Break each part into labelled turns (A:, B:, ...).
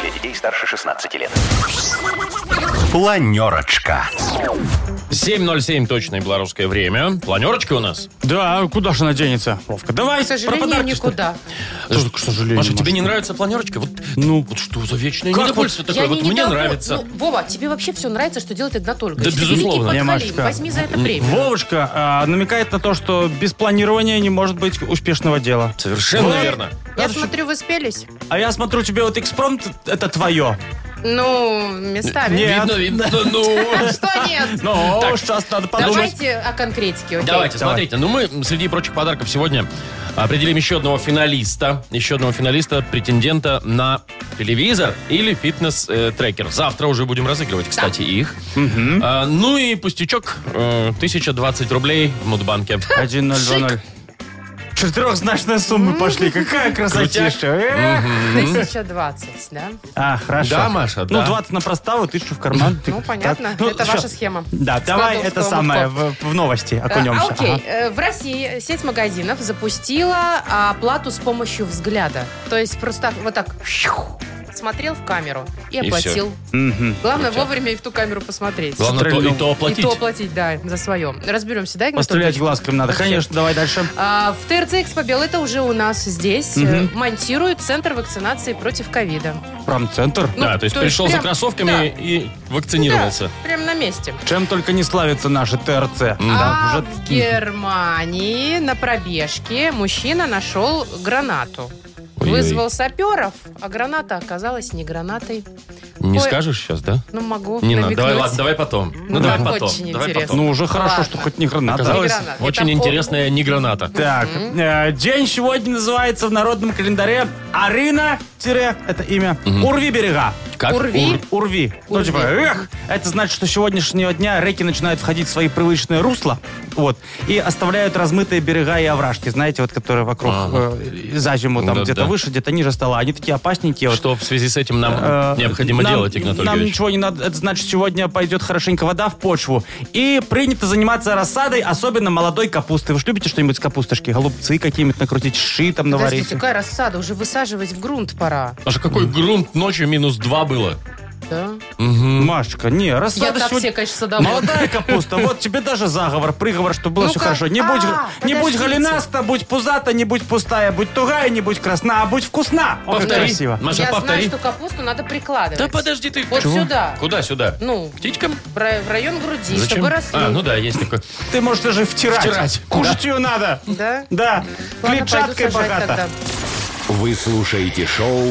A: Для детей старше 16 лет. Планерочка.
B: 7.07 точное белорусское время. Планерочка у нас.
C: Да, куда же она денется, Вовка? Давай,
D: К сожалению, никуда.
C: Что, к сожалению.
B: Маша, тебе не
C: Машечка.
B: нравится планерочка? Вот,
C: Ну.
B: вот что за вечное
C: Как
B: недовольство такое?
D: Я
B: Вот
D: не
B: мне
D: недовольна.
B: нравится.
D: Ну, Вова, тебе вообще все нравится, что делает Игнат Ольгович.
B: Да,
D: Ты
B: безусловно.
D: великий подхалим,
C: Не, Машечка.
D: Возьми за это премию.
C: Вовочка а, намекает на то, что без планирования не может быть успешного дела.
B: Совершенно
C: Вот.
B: верно.
D: Я
C: Надо же-
D: смотрю, вы спелись.
C: А я смотрю, тебе вот экспромт, это твое.
D: Ну, местами. А
C: Нет.
B: Видно, видно. Ну,
D: Что нет?
C: Ну, сейчас надо подумать.
D: Давайте о конкретике. окей?
B: Давайте, смотрите. Ну, мы среди прочих подарков сегодня определим еще одного финалиста. Еще одного финалиста, претендента на телевизор или фитнес-трекер. Завтра уже будем разыгрывать, кстати, их. А, ну и пустячок. э, 1020 рублей в Мудбанке.
C: 1-0-2-0. Четырехзначные суммы пошли. Какая красотища. Эх.
D: 1020, да?
C: А, хорошо.
B: Да, Маша,
C: Ну,
B: да.
C: 20 на проставу, тысячу в карман.
D: Ну, понятно.
C: Так, ну,
D: Это
C: всё.
D: ваша схема.
C: Да, давай
D: Складовского
C: это самое
D: мутко.
C: в, в новости
D: А,
C: окунемся.
D: Окей.
C: Ага.
D: Э, В России сеть магазинов запустила оплату с помощью взгляда. То есть просто так, вот так щух, смотрел в камеру и
B: И
D: оплатил.
C: Мгм.
D: Главное вовремя и в ту камеру посмотреть.
B: Главное то, и то
D: И
B: оплатить.
D: то оплатить, да, за свое. Разберемся, да, Игнат
C: Пострелять
D: Ольгович?
C: глазками надо. Конечно, давай дальше.
D: А, в ТРЦ «Экспобел» это уже у нас здесь.
C: Мгм.
D: э, Монтируют центр вакцинации против ковида.
C: Промцентр.
D: Ну,
B: да, то есть
D: то есть
B: пришел
D: прям-
B: за кроссовками
D: да.
B: и вакцинировался.
D: Да, прям на месте.
C: Чем только не славится наше ТРЦ. Да,
D: А
C: уже-
D: в Германии на пробежке мужчина нашел гранату.
B: Ой-ой.
D: Вызвал саперов, а граната оказалась не гранатой.
B: Не
D: Ой.
B: скажешь сейчас, да?
D: Ну, могу
B: Не надо.
D: намекнуть.
B: Давай, ладно, давай потом. Ну,
D: Ну,
B: давай
D: так
B: потом.
D: очень
B: давай
D: интересно.
B: потом.
C: Ну, уже хорошо,
D: Ладно.
C: что хоть не граната.
B: Оказалось,
D: Не граната.
B: очень
D: Это-
B: интересная не граната.
C: Так, э, день сегодня называется в народном календаре Арина, тире, это имя, Урви берега.
B: Как?
D: Урви.
B: Ур-
C: Урви. Ну,
D: Урви.
C: типа, эх, это значит, что с сегодняшнего дня реки начинают входить в свои привычные русла, вот, и оставляют размытые берега и овражки, знаете, вот, которые вокруг
B: Ага.
C: э, за зиму там
B: Да,
C: где-то
B: да.
C: выше, где-то ниже стала. Они такие опасненькие. вот.
B: Что в связи с этим нам
C: Э,
B: необходимо
C: нам-
B: делать, Игнат
C: Нам
B: Ольгович?
C: ничего не надо. Это значит, сегодня пойдет хорошенько вода в почву. И принято заниматься рассадой, особенно молодой капусты. Вы ж любите что-нибудь с капусточки? Голубцы какие-нибудь накрутить, ши там наварить?
D: Подождите, какая рассада, уже высаживать в грунт пора.
B: Аж какой грунт ночью минус 2 было.
D: Да?
C: Машечка, не,
D: Я
C: рассада
D: так
C: сегодня-
D: все, конечно, садовод.
C: Молодая капуста, вот тебе даже заговор, приговор, чтобы было
D: Ну
C: все
D: как?
C: хорошо. Не будь,
D: А,
C: не будь
D: подождите.
C: голенаста, будь пузата, не будь пустая, будь тугая, не будь красна, а будь вкусна. О, как
B: Повтори.
C: красиво.
B: Маша,
D: Я знаю,
B: повтори.
D: что капусту надо прикладывать.
B: Да подожди ты.
D: Вот
B: Чего?
D: сюда.
B: Куда сюда?
D: Ну,
B: Птичкам?
D: в ра- в район груди,
B: Зачем?
D: чтобы росли.
B: А, ну да, есть такое.
C: Ты можешь даже втирать.
B: Втирать.
C: Кушать ее надо.
D: Да?
C: Да,
D: Ладно, пойду
C: клетчаткой
D: сажать
C: богато.
D: тогда.
A: Вы слушаете шоу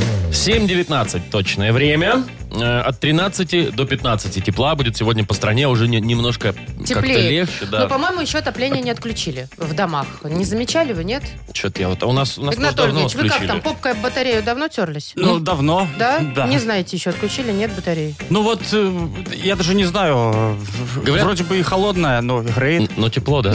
B: 7.19 точное время. Э, От 13 до 15 тепла будет сегодня по стране уже не- немножко как-то
D: Теплее. Ну,
B: легче.
D: Но,
B: Да.
D: по-моему, еще отопление не отключили в домах. Не замечали вы, нет?
B: Что-то я вот... а У нас, у нас может,
D: Игнат
B: давно
D: Ольгович, вы как там,
B: отключили.
D: попкой об батарею давно терлись?
C: Ну, давно.
D: Да?
C: Да.
D: Не знаете еще, отключили, нет батареи.
C: Ну вот, э, я даже не знаю. э,
B: Говорят-
C: Вроде бы и холодная, но греет.
B: Но тепло, да?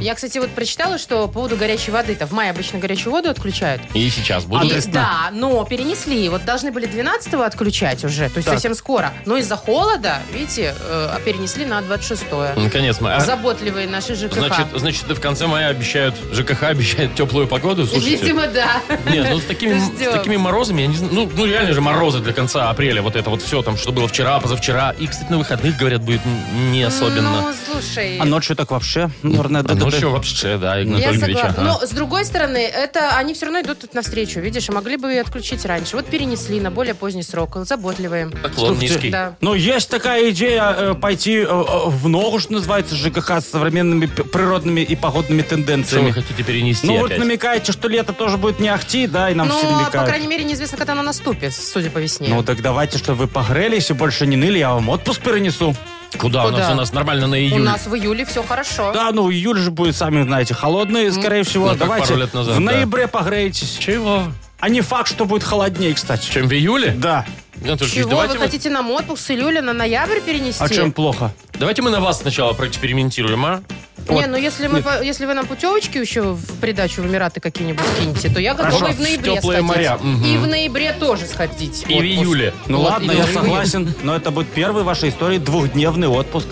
D: Я, кстати, вот прочитала, что по поводу горячей воды-то в мае обычно горячую воду отключают.
B: И сейчас
D: И-
B: будет.
C: Адресно.
D: да, но перенесли. Вот должны были 12-го отключать уже, уже, то есть
C: Так.
D: совсем скоро. Но из-за холода, видите, э, перенесли на 26-е.
B: Наконец мы. а,
D: Заботливые наши ЖКХ.
B: значит, значит, в конце мая обещают, ЖКХ обещает теплую погоду, слушайте.
D: Видимо, да.
B: Нет, ну с такими, с
D: Ждем.
B: такими морозами, я не знаю, ну, ну реально же морозы для конца апреля, вот это вот все там, что было вчера, позавчера. И, кстати, на выходных, говорят, будет н- не особенно.
D: Ну, слушай.
C: А ночью так вообще, наверное, да,
B: ну
C: да, да.
B: еще вообще, да, Игнат
D: Я
B: Ольгович.
D: согласна. Ну,
B: ага.
D: Но, с другой стороны, это они все равно идут тут навстречу, видишь, и могли бы и отключить раньше. Вот перенесли на более поздний срок. Заботливые.
B: Поклон
C: Слушайте,
B: низкий.
D: Да.
C: Ну, есть такая идея э, пойти э, э, в ногу, что называется, ЖКХ с современными п- природными и погодными
B: Что вы
C: тенденциями.
B: хотите перенести
C: Ну, вот
B: опять?
C: намекаете, что лето тоже будет не ахти, да, и нам
D: Но,
C: все намекают.
D: Ну, а, по крайней мере, неизвестно, когда оно наступит, судя по весне.
C: Ну, так давайте, чтобы вы погрелись и больше не ныли, я вам отпуск перенесу.
B: Куда? У нас
D: Куда?
B: у нас нормально на
D: У
B: июль.
D: нас в июле все хорошо.
C: Да, ну, июль же будет, сами знаете, холодный, скорее всего.
B: Ну, как
C: давайте
B: пару лет назад,
C: в
B: да.
C: ноябре погреетесь.
B: Чего?
C: А не факт, что будет холоднее, кстати.
B: Чем в июле?
C: Да.
B: Игнат Ольгович,
D: Чего
B: давайте,
D: вы
B: вот-
D: хотите нам отпуск с июля на ноябрь перенести?
C: А чем плохо?
B: давайте мы на вас сначала проэкспериментируем, а?
D: Не, ну если мы, по- если вы нам путевочки еще в придачу в Эмираты какие-нибудь кинете, то я готова
C: Хорошо,
D: и в ноябре
B: в теплые
D: сходить.
B: моря, мгм.
D: И в ноябре тоже сходить.
B: И в
D: отпуск.
B: июле.
C: Ну
D: Вот,
C: ладно,
D: и
C: я
D: в июле.
C: согласен, но это будет первый в вашей истории двухдневный отпуск.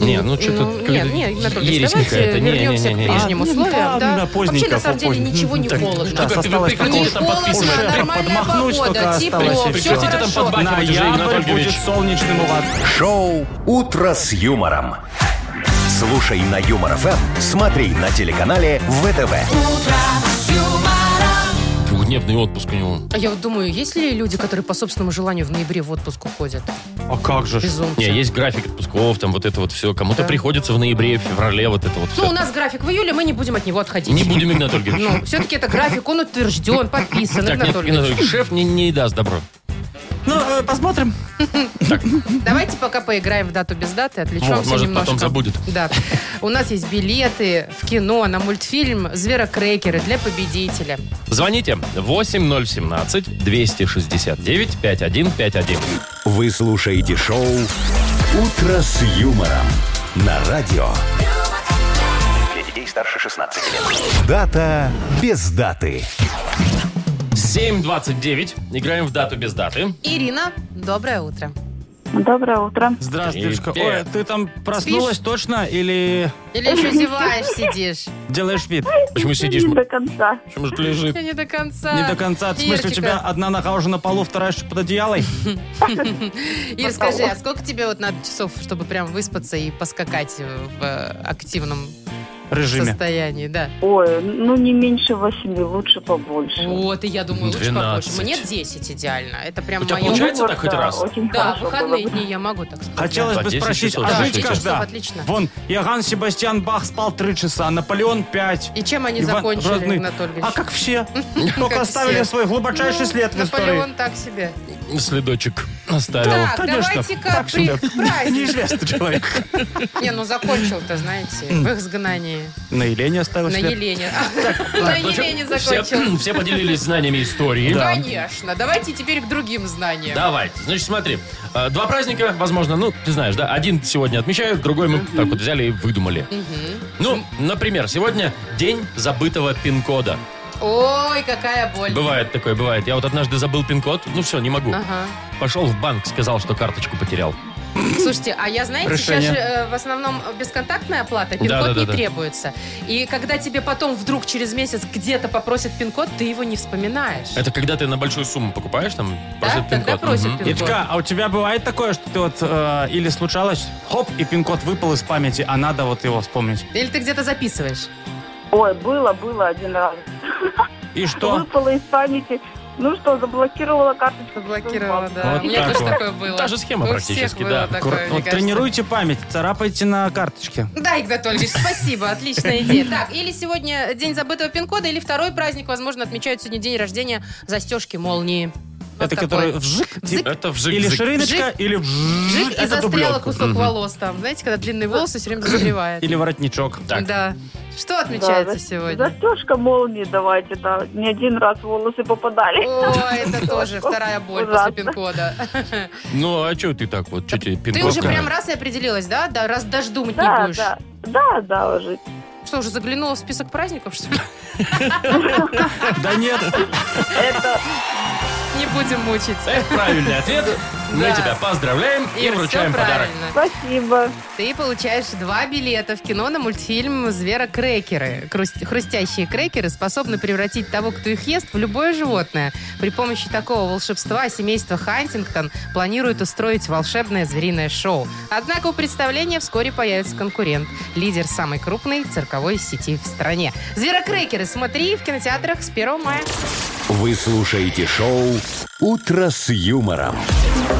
B: Не, ну что-то
D: Ну,
B: какая-то
D: нет, нет, Игнат Ольгович,
B: ересь
D: давайте
B: какая-то. Не, не,
D: вернемся
B: не, не, не.
D: к прежним
C: А, ну,
D: условиям. Да,
C: да, да,
D: Вообще,
C: поздненько,
D: на самом деле,
C: поздненько.
D: ничего не
C: Так,
D: холодно.
C: да,
B: Только ты
C: осталось
B: прикол,
C: только
D: Не
B: что там
D: холодно,
B: подписываешь.
D: нормальная
C: Подмахнуть
D: погода,
C: только осталось
D: тепло,
C: и
D: все
C: всё.
B: Прекратите там
D: хорошо.
B: подбахивать. Давайте уже, Игнат
C: Ноябрь
B: Ольгович.
C: будет солнечным у вас.
A: Шоу «Утро с юмором». Слушай на Юмор ФМ, смотри на телеканале ВТВ.
B: Двухдневный отпуск у него.
D: А я вот думаю, есть ли люди, которые по собственному желанию в ноябре в отпуск уходят?
C: А как же? ж?
D: Безумцы.
B: Не, есть график отпусков, там вот это вот все. Кому-то
D: Да.
B: приходится в ноябре, в феврале вот это вот
D: Ну, у
B: все.
D: нас график в июле, мы не будем от него отходить.
B: Не будем, Игнат Ольгович.
D: Ну, все-таки это график, он утвержден, подписан.
B: Так, нет,
D: Игнат
B: Игнат
D: Ольгович.
B: Ольгович, шеф не, не даст добро.
C: Ну, э, посмотрим.
D: Давайте пока поиграем в дату без даты, отвлечемся
B: Вот, может,
D: немножко.
B: потом забудет.
D: Да. У нас есть билеты в кино на мультфильм «Зверокрекеры» для победителя.
B: Звоните 8017-269-5151.
A: Вы слушаете шоу «Утро с юмором» на радио. Для детей старше 16 лет. Дата без даты.
B: 7.29. Играем в дату без даты.
D: Ирина, доброе утро.
E: Доброе утро.
C: Здравствуй,
B: Привет.
C: Лешка. Ой, ты там проснулась точно или
D: Или еще зеваешь, сидишь?
C: делаешь вид?
D: Ну,
B: Почему сидишь?
E: Не до конца.
B: Почему же ты лежит?
D: Я не до конца.
C: Не до конца. В смысле, у
D: Ирочка.
C: тебя одна нога уже на полу, вторая еще под одеялой?
D: Ир, скажи, а сколько тебе вот надо часов, чтобы прям выспаться и поскакать э, в э, активном
C: Режиме.
D: состоянии? Да.
E: Ой, ну не меньше восьми, лучше побольше.
D: Вот, и я думаю, лучше
B: 12.
D: побольше. Мне 10 идеально. Это прям
B: У тебя
D: моё-
B: получается
E: Ну
B: так
E: вот,
B: хоть
E: да,
B: раз?
E: очень
D: Да,
E: хорошо было
D: выходные
E: бы.
D: дни я могу так сказать.
C: Хотелось
B: По
C: бы
B: 10
C: спросить,
B: часов
C: а
B: за
C: жить
B: шесть
D: часов,
C: когда?
D: отлично.
C: Вон, Иоганн Себастьян Бах спал три часа, Наполеон пять.
D: И чем они
C: Иван
D: закончили,
C: Грозный.
D: Игнат Ольгович?
C: А как все?
D: Как
C: Только оставили
D: все.
C: свой глубочайший след в истории.
D: Ну, Наполеон так себе.
B: Следочек оставил.
D: Так,
C: конечно,
D: давайте-ка
C: так
D: при
C: себе.
D: праздник.
C: Неизвестный человек.
D: Не, ну закончил-то, знаете, в изгнании.
C: На Елене оставил
D: На
C: след.
D: Елене. А, На
B: Ну, чё,
D: Елене
B: все,
D: закончил.
B: все поделились знаниями истории.
D: Конечно. Давайте теперь к другим знаниям.
B: Давай. Значит, смотри. э, Два праздника, возможно, ну, ты знаешь, да, один сегодня отмечают, другой мы так вот взяли и выдумали. Ну, например, сегодня день забытого пин-кода.
D: Ой, какая боль.
B: Бывает такое, бывает. Я вот однажды забыл пин-код, ну все, не могу.
D: Ага.
B: Пошел в банк, сказал, что карточку потерял.
D: Слушайте, а я, знаете,
C: Решение.
D: сейчас же э, в основном бесконтактная оплата, пин-код
B: Да-да-да-да.
D: не требуется. И когда тебе потом вдруг через месяц где-то попросят пин-код, ты его не вспоминаешь.
B: Это когда ты на большую сумму покупаешь, там,
D: Да?
B: просят
D: Тогда
B: пин-код.
D: просят
B: Мгм.
D: пин-код.
C: Ичка, а у тебя бывает такое, что ты вот э, или случалось, хоп, и пин-код выпал из памяти, а надо вот его вспомнить.
D: Или ты где-то записываешь.
E: Ой, было, было один раз.
D: А
C: И что?
E: Выпало из памяти. Ну что, заблокировала карточку.
D: Заблокировала, да.
C: Вот
D: У меня
C: так
D: тоже
C: вот.
D: такое было.
B: Та же схема
D: У
B: практически,
D: всех было
B: да. ну,
D: такое,
C: Аккура-
D: мне
C: Вот
D: кажется.
C: тренируйте память, царапайте на карточке.
D: Да, Игнат Ольгович, спасибо, отличная идея. Так, или сегодня день забытого пин-кода, или второй праздник, возможно, отмечают сегодня день рождения застежки молнии. Вот
C: Это
D: такой.
C: который вжик, типа,
B: Это вжик
C: или шириночка,
D: Вжик.
C: или
D: Жик
C: вжик,
D: и
C: это
D: застряла
C: дубленка.
D: кусок волос там. Знаете, когда длинные волосы все время застревают.
C: Или воротничок.
B: Так.
D: Да. Что
E: Да,
D: отмечается
E: за-
D: сегодня?
E: Застежка молнии давайте, да. Не один раз волосы попадали.
D: О, это тоже вторая боль после
E: Ужасно.
D: пин-кода.
B: Ну, а что ты так вот? Что тебе пин-код?
D: Ты уже
B: надо?
D: прям раз и определилась, да? Да, раз даже думать не
E: Да,
D: будешь.
E: да. Да, да, уже.
D: Что, уже заглянула в список праздников, что ли?
C: Да нет,
E: Это
D: Не не будем мучить.
B: Эх, правильный ответ. Мы
D: Да.
B: тебя поздравляем и
D: Ир, всё
B: вручаем подарок.
D: правильно.
E: Спасибо.
D: Ты получаешь два билета в кино на мультфильм «Зверокрекеры». Хруст- Хрустящие крекеры способны превратить того, кто их ест, в любое животное. При помощи такого волшебства семейство Хантингтон планирует устроить волшебное звериное шоу. Однако у представления вскоре появится конкурент. Лидер самой крупной цирковой сети в стране. «Зверокрекеры» смотри в кинотеатрах с 1 мая.
A: Вы слушаете шоу «Утро с юмором».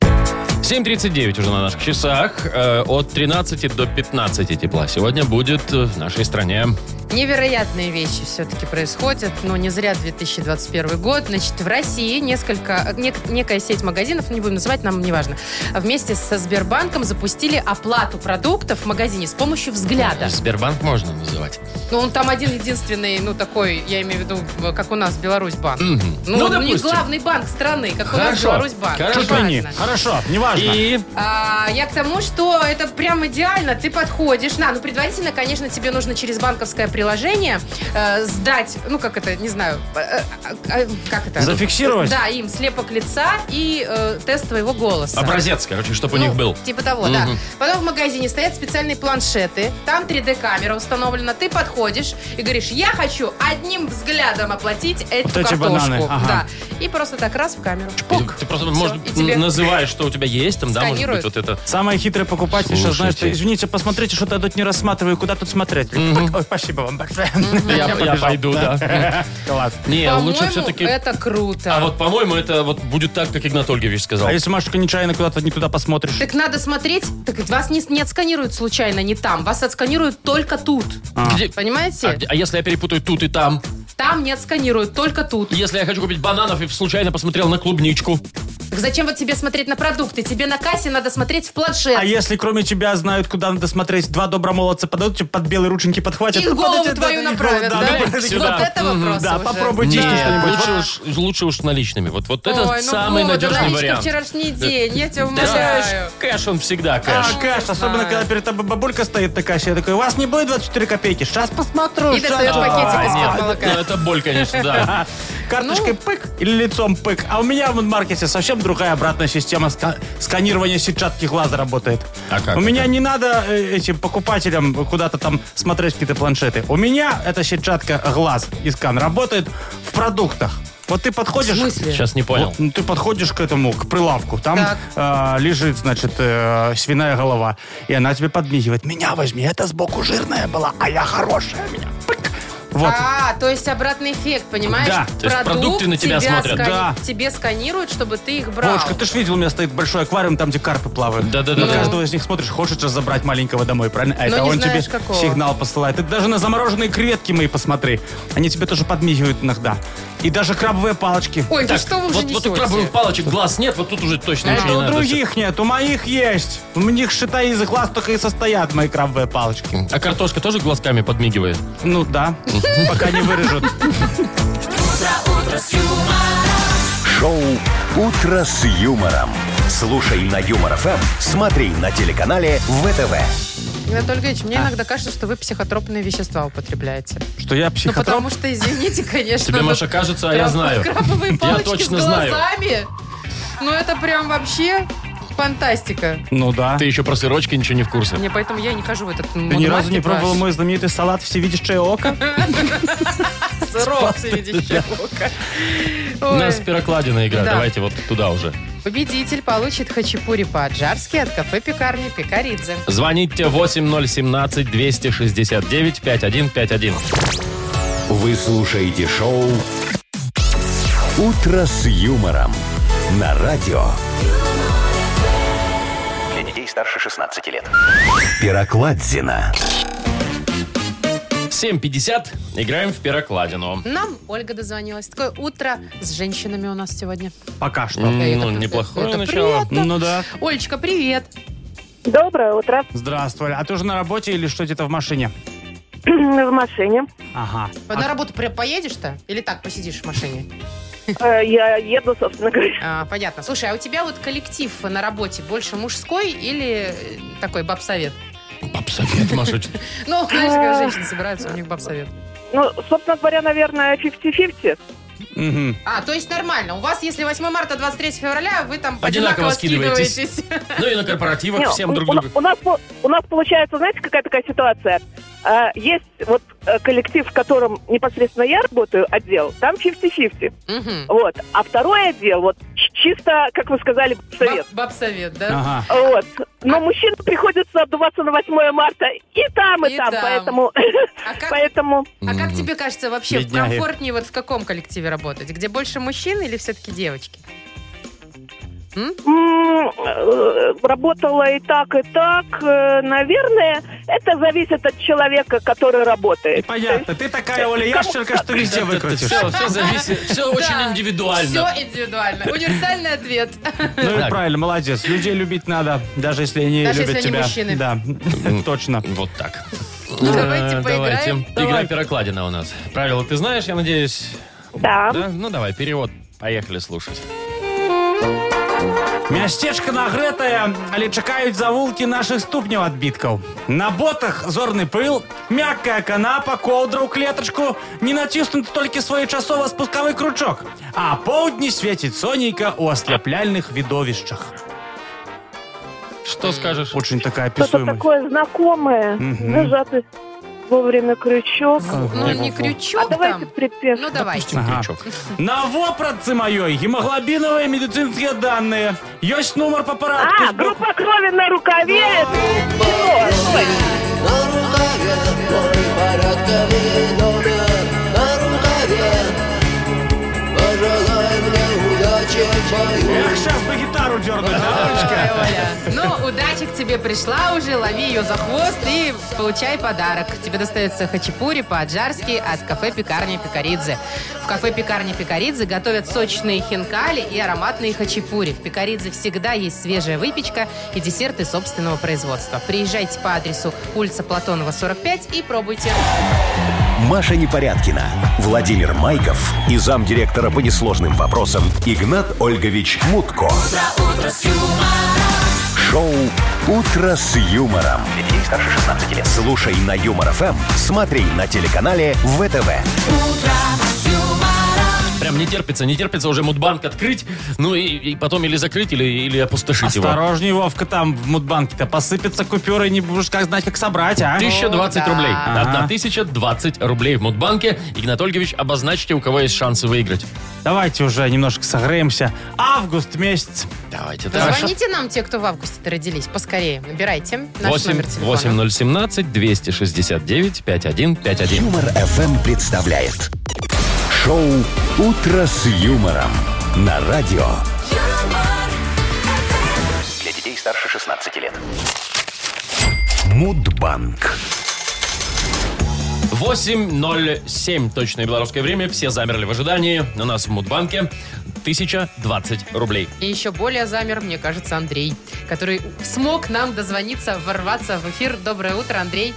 B: 7.39 уже на наших часах. Э, От 13 до 15 тепла сегодня будет э, в нашей стране.
D: Невероятные вещи все-таки происходят, но не зря 2021 год. Значит, в России несколько, нек- некая сеть магазинов, не будем называть, нам не важно, вместе со Сбербанком запустили оплату продуктов в магазине с помощью взгляда.
B: Сбербанк можно называть.
D: Ну, он там один единственный, ну, такой, я имею в виду, как у нас Беларусь банк.
B: Мгм.
D: Ну,
B: Ну,
D: он не
B: допустим.
D: главный банк страны, как у нас
B: Хорошо.
D: Беларусь банк.
B: Хорошо.
C: Чуть ли не. Хорошо, неважно.
B: И
D: А, я к тому, что это прям идеально. Ты подходишь. На, ну предварительно, конечно, тебе нужно через банковское приложение э, сдать, ну как это, не знаю, э, э, э, как это?
C: Зафиксировать?
D: Да, им слепок лица и э, тест твоего голоса.
B: образец, короче, чтобы А у них
D: Ну,
B: был.
D: Типа того, да.
B: Мгм.
D: Потом в магазине стоят специальные планшеты, там 3D-камера установлена, ты подходишь и говоришь, я хочу одним взглядом оплатить эту
C: Вот эти
D: картошку.
C: бананы, ага.
D: Да. И просто так раз в камеру.
B: И
D: Чпок.
B: Ты просто,
D: Всё,
B: может,
D: и тебе-
B: н- называешь, что у тебя есть, там, да, может быть,
D: Сканируют.
B: вот это.
C: Самая хитрая покупательница, знаешь, что,
B: Слушайте.
C: извините, посмотрите, что-то я тут не рассматриваю, куда тут смотреть.
B: Мгм.
C: Ой, спасибо вам большое.
B: Я, я
C: побежал.
B: пойду, да.
C: Класс.
B: Не, а ну,
D: По-моему,
B: лучше все-таки...
D: это круто.
B: А вот, по-моему, это вот будет так, как Игнат Ольгович сказал.
C: А если, Машечка, нечаянно куда-то не туда посмотришь?
D: Так надо смотреть, так вас не, не отсканируют случайно не там, вас отсканируют только тут.
B: Где-
D: Понимаете?
B: а, где- а если я перепутаю тут и там?
D: Там не отсканируют, только тут.
B: Если я хочу купить бананов и случайно посмотрел на клубничку?
D: Так зачем вот тебе смотреть на продукты? Тебе на кассе надо смотреть в планшет.
C: А если кроме тебя знают, куда надо смотреть, два добромолодца подадут, тебе под белые рученьки подхватят.
D: И голову
C: Подадут,
D: твою
C: да, и
D: направят,
C: голову,
D: да?
C: да,
D: Вот
B: сюда.
D: это вопрос
C: Да,
D: уже.
C: попробуй
B: Не,
C: действительно что-нибудь.
B: лучше уж, лучше уж наличными. Вот, вот
D: Ой,
B: это
D: ну
B: самый
D: вот,
B: надежный
D: Владечка,
B: вариант.
D: вчерашний день, я тебя
B: Ты
D: умоляю.
B: знаешь, кэш он всегда
C: А,
B: кэш.
C: кэш, особенно
D: знаю.
C: когда перед тобой бабулька стоит такая, ща, я такой, у вас не будет 24 копейки, сейчас посмотрю.
D: И
C: щас».
D: достаешь пакетик из-под
B: нет,
D: молока.
B: ну это боль, конечно, да.
C: Карточкой
D: Ну.
C: пык или лицом пык. А у меня в Мудмаркете совсем другая обратная система ска- сканирования сетчатки глаза работает.
B: А как
C: у меня
B: это?
C: не надо э, этим покупателям куда-то там смотреть какие-то планшеты. У меня эта сетчатка глаз и скан работает в продуктах. Вот ты подходишь...
D: В смысле?
B: Сейчас не понял.
C: Вот, ну, ты подходишь к этому, к прилавку. Там э, лежит, значит, э, свиная голова. И она тебе подмигивает. Меня возьми, это сбоку жирная была, а я хорошая. Меня. Пык. Вот.
D: А, то есть обратный эффект, понимаешь?
C: Да,
B: то есть продукты на тебя смотрят.
C: Да.
D: Тебе сканируют, чтобы ты их брал.
C: Вовочка, ты ж видел, у меня стоит большой аквариум, там, где карпы плавают.
B: Да-да-да.
C: На
B: Ну.
C: каждого из них смотришь, хочешь же забрать маленького домой, правильно? А
D: Но
C: это
D: не
C: он тебе
D: знаешь, какого.
C: сигнал посылает. Ты даже на замороженные креветки мои посмотри. Они тебе тоже подмигивают иногда. И даже крабовые палочки.
D: Ой, да
B: Так,
D: что вы уже
B: вот, вот у
D: несете?
B: крабовых палочек глаз нет, вот тут уже точно
C: Это
B: ничего не
C: у
B: надо.
C: других нет, у моих есть. У них, считай, из их глаз только и состоят мои крабовые палочки.
B: А картошка тоже глазками подмигивает?
C: Ну да, пока не вырежут.
A: Шоу «Утро с юмором». Слушай на Юмор ФМ, смотри на телеканале ВТВ.
D: Игнат Ольгович,
B: А.
D: мне иногда кажется, что вы психотропные вещества употребляете.
C: Что я
D: Ну,
C: психотроп?
D: потому что, извините, конечно.
B: Тебе,
D: но
B: Маша, кажется, а я
D: краб-
B: знаю.
D: Крабовые
B: Я
D: палочки
B: точно
D: с
B: знаю.
D: глазами. Ну, это прям вообще фантастика.
C: Ну да.
B: Ты еще про сырочки ничего не в курсе.
D: Мне поэтому я и не хожу в этот
C: Ты ни разу не пробовала мой знаменитый салат «Всевидящее око»?
D: сырок среди щелока.
B: У
D: Ой.
B: нас пирокладина игра,
D: Да.
B: давайте вот туда уже.
D: Победитель получит хачапури по-аджарски от кафе-пекарни «Пекаридзе».
B: Звоните 8017-269-5151.
A: Вы слушаете шоу «Утро с юмором» на радио.
F: Для детей старше 16 лет.
A: Пирокладзина.
B: 7.50, играем в пирокладину.
D: Нам Ольга дозвонилась. Такое утро с женщинами у нас сегодня.
C: Пока что.
D: я
B: Ну,
D: так
B: неплохое
D: это
B: начало.
D: приятно.
C: Ну да.
D: Олечка, привет.
E: Доброе утро.
C: Здравствуй. А ты уже на работе или что где-то в машине?
E: В машине.
C: Ага.
B: А
D: На работу прям поедешь-то? Или так посидишь в машине?
E: Э, Я еду, собственно говоря.
D: А, понятно. Слушай, а у тебя вот коллектив на работе больше мужской или э, такой бабсовет?
B: Бабсовет, Маша. что-
D: Ну, знаешь, когда женщины собираются, у них бабсовет.
E: Ну, собственно говоря, наверное, 50-50.
C: Мгм.
D: А, то есть нормально. У вас, если 8 марта, 23 февраля, вы там
B: Одинаково
D: одинаково,
B: скидываетесь.
D: скидываетесь.
B: Ну и на
E: Не,
B: корпоративах всем
E: у-
B: друг
D: ну,
E: у,
B: друга.
E: у нас, по- у нас получается, знаете, какая такая ситуация? А, есть вот э, коллектив, в котором непосредственно я работаю, отдел, там 50-50.
D: Мгм.
E: Вот. А второй отдел, вот ч- чисто, как вы сказали, совет.
D: Баб- Бабсовет,
B: А.
D: да?
C: Ага.
E: Вот. Но мужчинам приходится отдуваться на 8 марта и там, и,
D: И
E: там,
D: там.
E: Поэтому,
D: А как,
E: поэтому
D: а как тебе кажется вообще
C: Бедняги.
D: комфортнее вот в каком коллективе работать? Где больше мужчин или все-таки девочки?
E: м, э, работала и так, и так. Э, Наверное, это зависит от человека, который работает.
C: Понятно. Ты такая, Оля Ящерка, что везде выкрутишь.
B: Все, все зависит, все
D: Да.
B: очень индивидуально.
D: Все индивидуально. Универсальный ответ.
C: Ну и
B: Так.
C: правильно, молодец. Людей любить надо, даже если они
D: Даже
C: любят
D: если они
C: тебя.
D: мужчины.
C: Да, точно.
B: Вот так.
D: Ну, давайте
B: Э,
D: поиграем.
B: Давайте. Игра
D: Давай.
B: «Пирокладина» у нас. Правила ты знаешь, я надеюсь?
E: Да.
B: Да? Ну давай, перевод. Поехали слушать.
C: Мясцечка нагретая, але чекають завулки наших ступняў адбіткаў. На ботах зорны пыл, мяккая канапа, коўдра ў клетачку, не націснуты толькі своечасова спускавы кручок. А поўдні свеціць сонейка ў асляпляльных відовішчах.
B: Что скажешь?
C: Очень такая
E: Что-то
C: описуемая.
E: такое знакомое,
C: Мгм.
E: зажатый вовремя крючок.
D: Ну, не крючок
E: А давайте
D: там.
E: припев.
D: Ну, давайте.
C: Ага.
B: Крючок.
C: На вопратцы маёй гемаглабінавыя медыцынскія даныя. Ёсць нумар па парадку.
E: А,
C: збоку.
E: группа крови на рукаве. Всё, ой.
C: Эх, сейчас бы гитару дернуть, а? да, Олечка?
D: Ой, Оля. Ну, удача к тебе пришла уже, лови ее за хвост и получай подарок. Тебе достается хачапури по-аджарски от кафе-пекарни Пикаридзе. В кафе-пекарне Пикаридзе готовят сочные хинкали и ароматные хачапури. В Пикаридзе всегда есть свежая выпечка и десерты собственного производства. Приезжайте по адресу улица Платонова, 45 и пробуйте.
A: Маша Непорядкина, Владимир Майков и замдиректора по несложным вопросам Игнат Ольгович Мутко. Шоу Утро с юмором.
F: Для детей старше 16 лет.
A: Слушай на Юмор ФМ, смотри на телеканале ВТВ.
B: Прям не терпится, не терпится уже мудбанк открыть, ну и, и потом или закрыть, или, или опустошить его.
C: Осторожней, Вовка, там в мудбанке-то посыпятся купюры, не будешь как знать, как собрать, а?
B: 1020
D: О, да.
B: рублей.
C: Ага.
B: Одна тысяча двадцать рублей в Мудбанке. Игнат Ольгович, обозначьте, у кого есть шансы выиграть.
C: Давайте уже немножко согреемся. Август месяц.
B: Давайте так.
D: Позвоните нам, те, кто в августе родились, поскорее. Набирайте наш номер телефона.
B: 8017 269 5151.
A: Юмор ФМ представляет шоу Утро с юмором на радио.
F: Для детей старше 16 лет.
A: Мудбанк.
B: 8.07 точное белорусское время. Все замерли в ожидании. У нас в Мудбанке 1020 рублей.
D: И еще более замер, мне кажется, Андрей, который смог нам дозвониться, ворваться в эфир. Доброе утро, Андрей.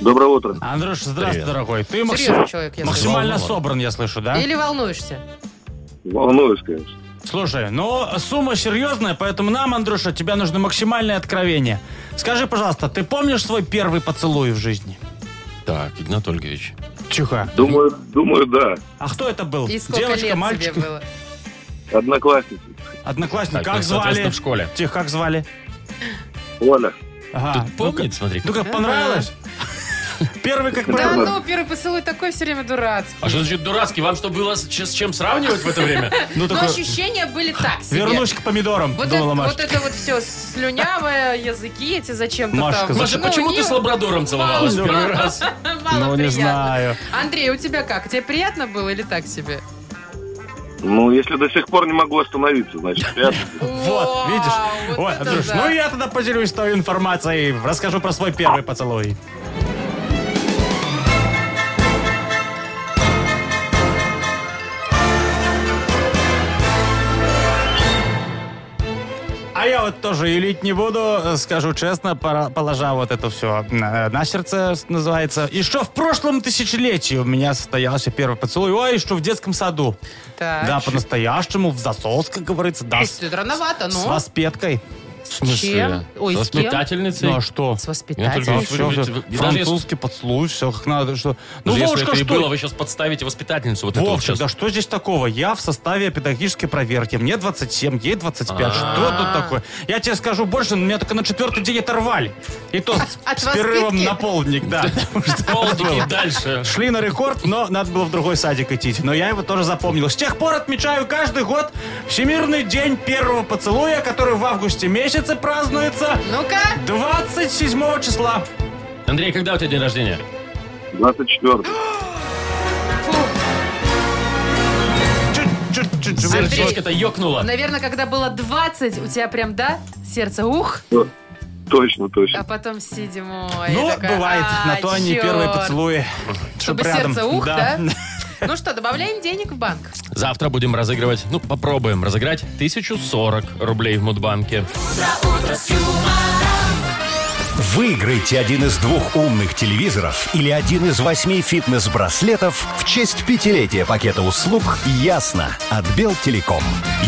G: Доброе утро.
C: Андрюш, здравствуй,
B: Привет.
C: дорогой. Ты Ну, максим- а?
D: Серьезный человек, я слышу.
C: максимально
B: Взволнован.
C: собран, я слышу, да?
D: Или волнуешься?
G: Волнуюсь, конечно.
C: Слушай, но сумма серьезная, поэтому нам, Андрюша, от тебя нужно максимальное откровение. Скажи, пожалуйста, ты помнишь свой первый поцелуй в жизни?
B: Так, Игнат Ольгович.
C: Ну Чиха.
G: Думаю, думаю, да.
C: А кто это был?
D: И сколько
C: Девочка,
D: лет
C: мальчик?
D: тебе было?
G: Одноклассница.
C: Одноклассник.
B: Так, ну,
C: как
B: соответственно,
C: звали?
B: в школе.
C: Тихо, как звали?
G: Оля.
C: Ага.
B: Тут
C: ну-ка.
B: помнит, смотри.
C: Ну как, понравилось? Первый как
D: Да
C: правило.
D: ну, первый поцелуй такой все время дурацкий.
B: А что значит дурацкий? Вам что было с, с чем сравнивать в это время?
C: Ну
D: Но
C: такой,
D: ощущения были так себе.
C: вернусь к помидорам,
D: Вот, это,
C: думала Маша.
D: вот это вот все слюнявое, языки эти зачем-то
C: Машка,
D: там.
B: Маша,
D: Ну,
B: почему ты
D: не-
B: с лабрадором целовалась в
C: Ну,
B: первый раз?
D: Мало
C: Ну, не
D: приятно.
C: знаю.
D: Андрей, у тебя как? Тебе приятно было или так себе?
G: Ну, если до сих пор не могу остановиться, значит, приятно.
C: Вот,
D: Вау,
C: видишь?
D: вот
C: Ой,
D: это
C: Андрюш,
D: да.
C: ну я тогда поделюсь той информацией, расскажу про свой первый поцелуй. А я вот тоже юлить не буду, скажу честно, пора- положа вот это все на, на сердце, с- называется. И что в прошлом тысячелетии у меня состоялся первый поцелуй, ой, что в детском саду.
D: Так.
C: Да, по-настоящему, в засос, как говорится, да.
D: Эх, ты рановато,
C: С
D: ну.
C: воспеткой.
B: В смысле?
D: Чем? Ой,
B: Со
D: с кем?
B: воспитательницей?
C: Ну а что?
D: С
B: Я только
D: воспитателем.
B: Ну,
C: Ну,
B: вы
C: всё,
B: же-
C: всё,
B: вы- даже
C: французский поцелуй, все, как надо, что... Ну,
B: Даже
C: Вовочка,
B: если это
C: что?
B: и было, вы сейчас подставите воспитательницу вот эту вот
C: Вовчик,
B: сейчас.
C: да что здесь такого? Я в составе педагогической проверки. Мне 27, ей 25. Что тут такое? Я тебе скажу больше, но меня только на четвертый день оторвали. И то с,
D: От
C: с перерывом
D: воспитки?
C: на полдник, да.
B: Полдики и дальше.
C: Шли на рекорд, но надо было в другой садик идти. Но я его тоже запомнил. С тех пор отмечаю каждый год Всемирный день первого поцелуя, который в августе месяце празднуется
D: Ну-ка.
C: 27 числа.
B: Андрей, когда у тебя день рождения?
G: 24
C: Чуть-чуть-чуть.
D: Андрей.
B: Сердечко-то ёкнуло.
D: Наверное, когда было 20, у тебя прям, да, сердце ух,
G: Точно,
D: а
G: точно.
D: потом сидим. ой,
C: Ну,
D: такая,
C: бывает,
D: «А,
C: на то они
D: чёрт».
C: первые поцелуи.
D: Чтобы
C: Чтоб рядом.
D: сердце ух, да? Ну что, добавляем денег в банк?
B: Завтра будем разыгрывать, ну, попробуем разыграть 1040 рублей в Мудбанке.
A: Выиграйте один из двух умных телевизоров или один из восьми фитнес-браслетов в честь пятилетия пакета услуг «Ясно» от Белтелеком.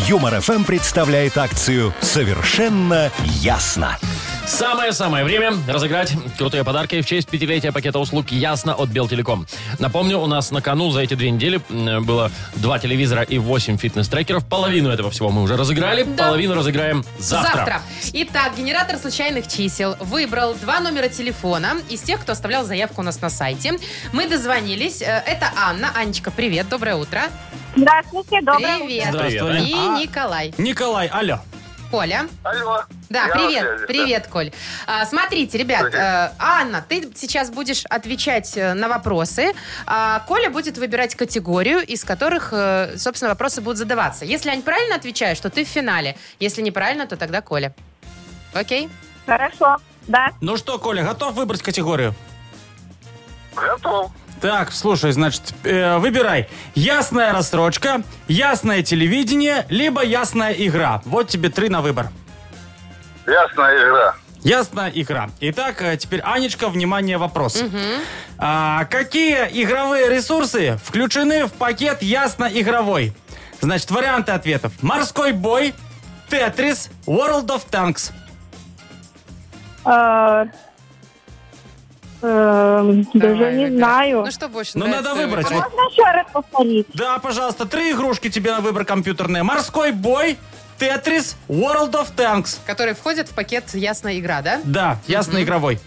A: Юмор-ФМ представляет акцию «Совершенно ясно».
B: Самое-самое время разыграть крутые подарки в честь пятилетия пакета услуг «Ясно» от Белтелеком. Напомню, у нас на кону за эти две недели м, было два телевизора и 8 фитнес-трекеров. Половину этого всего мы уже разыграли,
D: Да.
B: половину разыграем завтра.
D: Итак, генератор случайных чисел выбрал два номера телефона из тех, кто оставлял заявку у нас на сайте. Мы дозвонились. Э, Это Анна. Анечка, привет, доброе утро.
E: Здравствуйте, доброе
D: Привет.
B: Здравствуй.
D: И
C: А.
D: Николай.
C: Николай, алло.
D: Коля.
G: Алло.
D: Да,
G: Я
D: привет,
G: на связи,
D: привет, Коль. А, смотрите, ребят, э, Анна, ты сейчас будешь отвечать э, на вопросы, а Коля будет выбирать категорию, из которых, э, собственно, вопросы будут задаваться. Если они правильно отвечаешь, то ты в финале. Если неправильно, то тогда Коля. Окей?
E: да. Хорошо, да.
C: Ну что, Коля, готов выбрать категорию?
G: Готов.
C: Так, слушай, значит, э, выбирай. Ясная рассрочка, ясное телевидение, либо ясная игра. Вот тебе три на выбор.
G: Ясная игра.
C: Ясная игра. Итак, э, теперь, Анечка, внимание, вопрос. А, какие игровые ресурсы включены в пакет ясно-игровой? Значит, варианты ответов. Морской бой, Тетрис, World of Tanks.
E: Э, э, Даже
D: Давай,
E: не
D: выбирай.
E: знаю. А
D: Ну что больше
C: Ну,
D: нравится,
C: надо выбрать.
D: выбирай.
C: Вот.
E: Можно еще раз повторить?
C: Да, пожалуйста, три игрушки тебе на выбор компьютерные. Морской бой, Тетрис, World of Tanks.
D: Которые входят в пакет «Ясная игра», да?
C: Да, ясно игровой.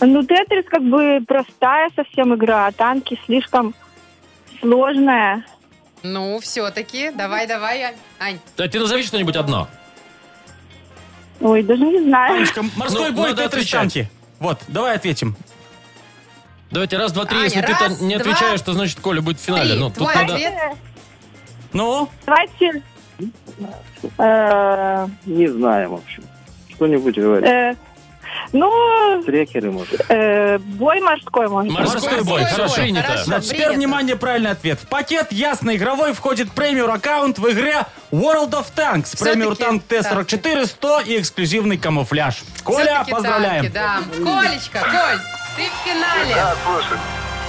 E: Ну, Тетрис как бы простая совсем игра, а танки слишком сложная.
D: Ну, все-таки. Давай, давай, Ань. Ань.
B: Да, Э, Ты назови что-нибудь одно.
E: Ой, даже не знаю.
C: Анечка, морской
B: Ну,
C: бой,
B: надо
C: Тетрис,
B: отвечать.
C: танки. Вот, давай ответим.
B: Давайте раз, два, три.
D: Аня,
B: Если ты-то
D: раз,
B: не
D: два,
B: отвечаешь, то значит Коля будет в финале.
D: три.
B: Ну, тут
D: Твой
B: надо-
D: ответ.
C: Ну,
E: Давайте... э,
G: Не знаем, в общем. Что-нибудь говорит.
E: э, Ну,
G: Трекеры, может.
E: э, бой морской, может.
B: Морской,
C: Морской
B: бой.
C: бой,
B: Хорошо,
C: хорошо.
B: принято.
D: Хорошо.
C: значит, Ну, теперь
D: принято.
C: внимание, правильный ответ. В пакет ясно игровой входит премиум аккаунт в игре World of Tanks. Премиум танк Т-44, 100 и эксклюзивный камуфляж. Коля,
D: Всё-таки
C: поздравляем.
D: танки, да. Колечка, Коль, ты в финале.
G: Да, слушай.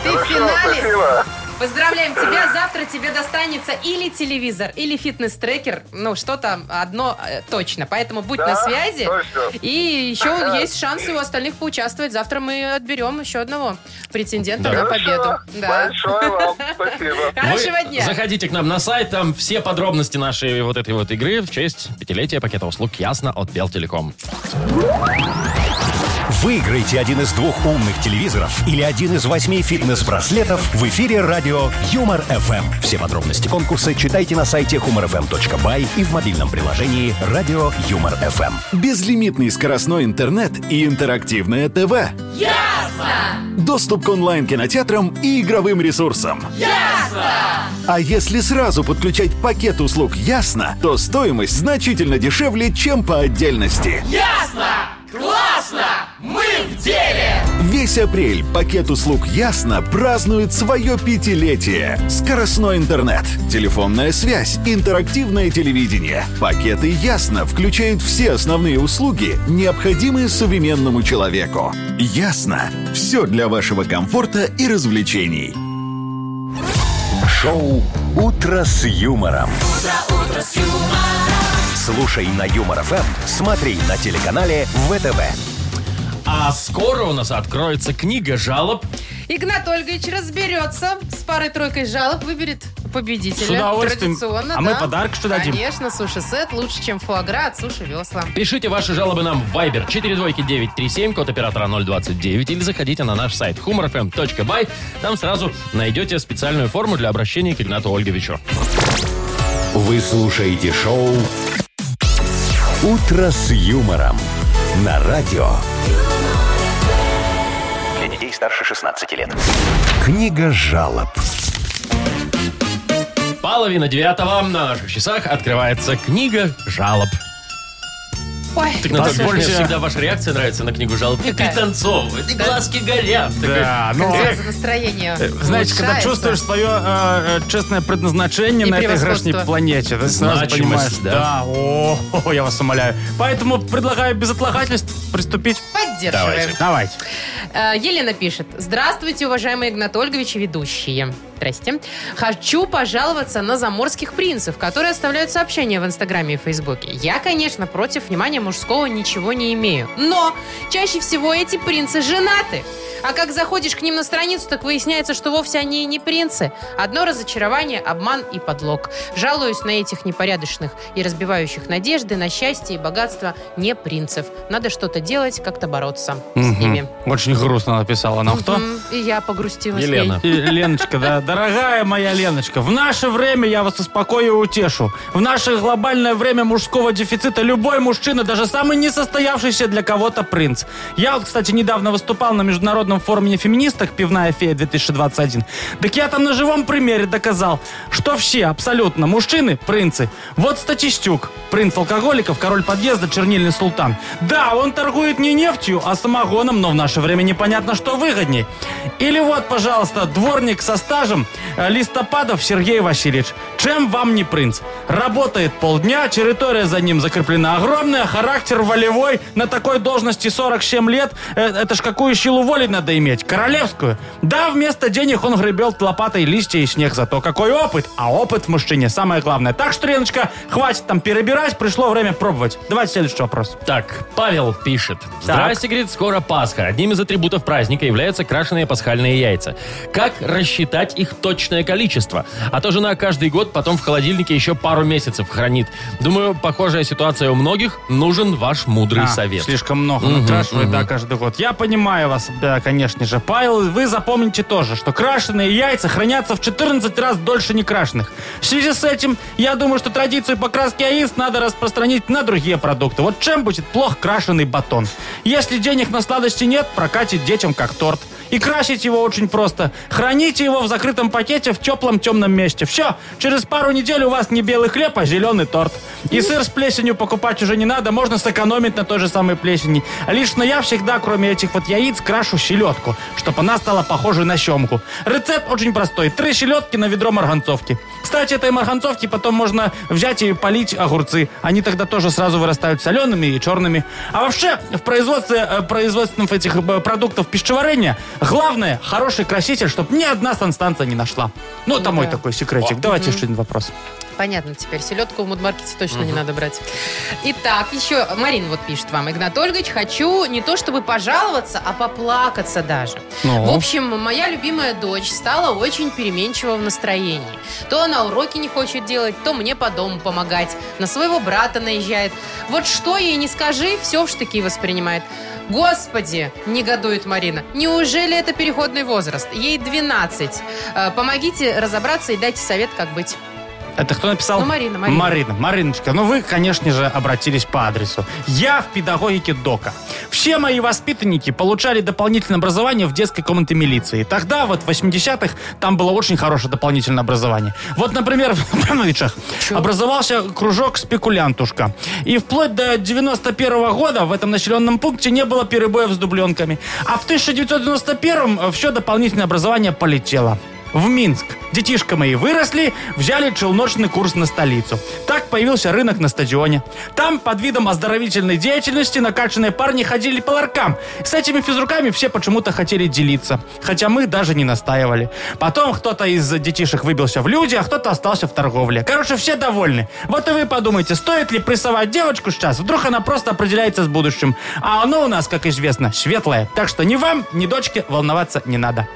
D: Ты в
G: Хорошо,
D: финале.
G: спасибо.
D: Поздравляем тебя. Завтра тебе достанется или телевизор, или фитнес-трекер. Ну, что-то одно э, точно. Поэтому будь
G: Да,
D: на связи.
G: точно.
D: И еще есть шансы у остальных поучаствовать. Завтра мы отберем еще одного претендента
B: Да.
D: на победу.
G: Хорошо. Большое вам спасибо.
B: Вы
D: Хорошего дня.
B: Заходите к нам на сайт, там все подробности нашей вот этой вот игры в честь пятилетия пакета услуг «Ясно» от Белтелеком.
A: Выиграйте один из двух умных телевизоров или один из восьми фитнес-браслетов в эфире радио Юмор ФМ. Все подробности конкурса читайте на сайте humorfm.by и в мобильном приложении радио Юмор ФМ.
H: Безлимитный скоростной интернет и интерактивное ТВ. Ясно! Доступ к онлайн-кинотеатрам и игровым ресурсам. Ясно! А если сразу подключать пакет услуг «Ясно», то стоимость значительно дешевле, чем по отдельности. Ясно! Классно! Мы в деле! Весь апрель пакет услуг «Ясно» празднует свое пятилетие. Скоростной интернет, телефонная связь, интерактивное телевидение. Пакеты «Ясно» включают все основные услуги, необходимые современному человеку. «Ясно» — все для вашего комфорта и развлечений.
A: Шоу «Утро с юмором». Слушай на Юмор ФМ, смотри на телеканале ВТВ.
B: А скоро у нас откроется книга жалоб.
D: Игнат Ольгович разберется с парой-тройкой жалоб, выберет победителя.
C: С удовольствием.
D: Традиционно,
C: А мы
D: да.
C: подарок что дадим?
D: Конечно, суши-сет лучше, чем фуагра от суши-весла.
B: Пишите ваши жалобы нам в Viber 42937, код оператора 029, или заходите на наш сайт humorfm.by. Там сразу найдете специальную форму для обращения к Игнату Ольговичу.
A: Вы слушаете шоу «Утро с юмором» на радио.
F: Для детей старше 16 лет.
A: Книга жалоб.
B: Половина девятого на наших часах открывается книга жалоб.
D: Ой,
B: Так, Наталья,
C: Послушайте.
B: мне всегда ваша реакция нравится на книгу жалоб. Ты
D: Какая?
B: пританцовывает, и глазки горят.
C: Да,
D: как
C: ну,
D: сразу настроение
C: знаете, когда
D: улучшается.
C: чувствуешь свое э, э, честное предназначение
D: И
C: на этой
D: превосходство.
C: грешной планете, ты сразу
B: Значимость,
C: понимаешь,
B: да.
C: да, о, я вас умоляю. Поэтому предлагаю без отлагательств приступить.
D: Поддерживаем.
C: Давайте.
D: Э, Елена пишет. Здравствуйте, уважаемые Игнат Ольгович и ведущие. Здрасте. Хочу пожаловаться на заморских принцев, которые оставляют сообщения в Инстаграме и Фейсбуке. Я, конечно, против внимания мужского ничего не имею. Но чаще всего эти принцы женаты. А как заходишь к ним на страницу, так выясняется, что вовсе они и не принцы. Одно разочарование, обман и подлог. Жалуюсь на этих непорядочных и разбивающих надежды на счастье и богатство не принцев. Надо что-то делать, как-то бороться с ними.
C: Очень грустно написала нам А кто?
D: Мгм. И я погрустила с ней.
B: Елена.
C: И, Леночка, да, дорогая моя Леночка, в наше время я вас успокою и утешу. В наше глобальное время мужского дефицита любой мужчина, даже самый несостоявшийся для кого-то принц. Я вот, кстати, недавно выступал на международном форуме феминисток «Пивная фея 2021». Так я там на живом примере доказал, что все абсолютно мужчины – принцы. Вот Статистюк, принц алкоголиков, король подъезда, чернильный султан. Да, он торгует не нефтью, а самогоном, но в наше время непонятно, что выгоднее. Или вот, пожалуйста, дворник со стажем э, Листопадов Сергей Васильевич. Чем вам не принц? Работает полдня, территория за ним закреплена огромная, характер волевой, на такой должности 47 лет. Э, Это ж какую силу воли надо иметь? Королевскую. Да, вместо денег он гребел лопатой листья и снег, зато какой опыт. А опыт в мужчине самое главное. Так что, Леночка, хватит там перебирать, пришло время пробовать. Давайте следующий вопрос.
B: Так, Павел пишет. Здрасте, говорит, скоро Пасха. Одним из атрибутов праздника являются крашеные пасхальные яйца. Как рассчитать их точное количество? А то жена каждый год потом в холодильнике еще пару месяцев хранит. Думаю, похожая ситуация у многих. Нужен ваш мудрый
C: А,
B: совет.
C: Слишком много накрашивают, да, каждый год. Я понимаю вас, да, конечно же. Павел, вы запомните тоже, что крашеные яйца хранятся в 14 раз дольше некрашенных. В связи с этим, я думаю, что традицию покраски яиц надо распространить на другие продукты. Вот чем будет плох крашеный батон? Если денег на сладости нет, прокатит детям как торт. И красить его очень просто. Храните его в закрытом пакете в теплом темном месте. Все, через пару недель у вас не белый хлеб, а зеленый торт. И сыр с плесенью покупать уже не надо, можно сэкономить на той же самой плесени. Лично я всегда, кроме этих вот яиц, крашу щеледку, чтобы она стала похожей на щемку. Рецепт очень простой. Три щеледки на ведро марганцовки. Кстати, этой марганцовки потом можно взять и полить огурцы. Они тогда тоже сразу вырастают солеными и черными. А вообще, в производстве э, производственных этих э, продуктов пищеварения главное хороший краситель, чтобы ни одна санстанция не нашла. Ну, там мой
D: Да.
C: такой секретик. Давайте еще один вопрос.
D: Понятно теперь. Селедку в мудмаркете точно не надо брать. Итак, еще Марин вот пишет вам. Игнат Ольгович, хочу не то чтобы пожаловаться, а поплакаться даже.
C: Ну?
D: В общем, моя любимая дочь стала очень переменчива в настроении. То она уроки не хочет делать, то мне по дому помогать. На своего брата наезжает. Вот что ей не скажи, все в штыки воспринимает. Господи, негодует Марина. Неужели это переходный возраст? Ей 12. Э, Помогите разобраться и дайте совет, как быть.
C: Это кто написал?
D: Ну, Марина, Марина.
C: Марина, Мариночка, ну вы, конечно же, обратились по адресу. Я в педагогике ДОКа. Все мои воспитанники получали дополнительное образование в детской комнате милиции. Тогда, вот в 80-х, там было очень хорошее дополнительное образование. Вот, например, в Абрамовичах образовался кружок спекулянтушка. И вплоть до 91 года в этом населенном пункте не было перебоев с дубленками. А в 1991 все дополнительное э, образование полетело. в Минск. Детишка мои выросли, взяли челночный курс на столицу. Так появился рынок на стадионе. Там под видом оздоровительной деятельности накачанные парни ходили по ларкам. С этими физруками все почему-то хотели делиться. Хотя мы даже не настаивали. Потом кто-то из детишек выбился в люди, а кто-то остался в торговле. Короче, все довольны. Вот и вы подумайте, стоит ли прессовать девочку сейчас? Вдруг она просто определяется с будущим. А оно у нас, как известно, светлое. Так что ни вам, ни дочке волноваться не надо.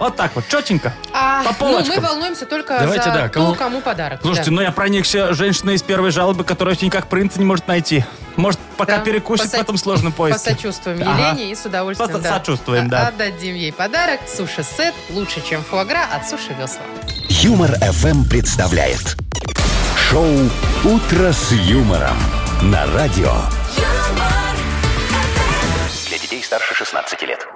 C: Вот так вот, четенько.
D: А,
C: По
D: ну,
C: полочкам.
D: мы волнуемся только
B: Давайте,
D: за
B: да,
D: то, кому,
B: кому-
D: подарок.
C: Слушайте,
D: да.
C: ну я проникся женщиной из первой жалобы, которая всё никак принца не может найти. Может, пока
D: Да.
C: перекусит
D: Посо-
C: в этом сложном поиске.
D: Посочувствуем
C: Ага.
D: Елене и с удовольствием.
C: Посо- сочувствуем, да.
D: Отдадим ей подарок. Суши-сет лучше, чем фуагра от Суши Весла.
A: Юмор FM представляет шоу Утро с юмором на радио.
F: Для детей старше 16 лет.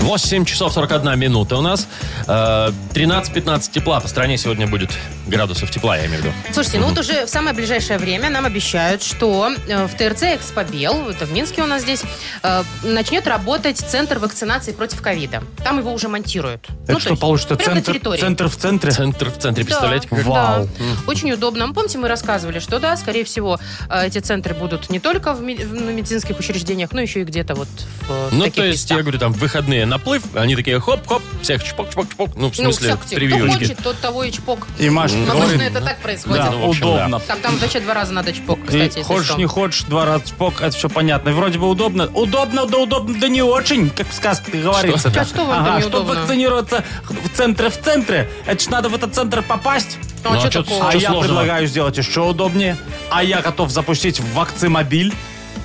B: 8 часов 41 минута у нас. Э, 13-15 тепла по стране сегодня будет. Градусов тепла, я имею в виду.
D: Слушайте, ну вот уже в самое ближайшее время нам обещают, что э, в ТРЦ «Экспобел», это в Минске у нас здесь, э, начнет работать центр вакцинации против ковида. Там его уже монтируют. Ну,
C: Это что получится?
D: Прямо на
C: Центр,
D: территории.
C: центр в центре?
B: Центр в центре,
D: Да,
B: представляете? как?
D: да.
C: Вау.
D: Очень удобно. Ну, Помните, мы рассказывали, что да, скорее всего, э, эти центры будут не только в, ми- в- на медицинских учреждениях, но еще и где-то вот в, э, в
B: Ну,
D: таких
B: то есть,
D: местах.
B: я говорю, там выходные наплыв, они такие хоп-хоп, всех чпок-чпок-чпок, ну, в
D: Ну,
B: смысле,
D: всяко тебе. кто
B: прививочки.
D: хочет, тот того и чпок.
C: И Маша
D: Ну,
C: говорит,
D: обычно это так происходит.
C: да,
B: Ну, в общем,
C: удобно.
D: Там, там вообще два раза надо чпок,
C: И
D: кстати. если
C: хочешь,
D: что. Ну,
C: не хочешь, два раза чпок, это все понятно. И Вроде бы удобно. Удобно, да удобно, да не очень, как в сказке говорится.
D: А что вам там
C: Ага, чтобы
D: неудобно?
C: вакцинироваться в центре в центре, это ж надо в этот центр попасть.
D: Ну, а
B: Ну, а
D: чё
B: чё
D: такого?
B: А
C: А
B: чё
C: я
B: сложного?
C: предлагаю сделать еще удобнее. А я готов запустить вакцимобиль.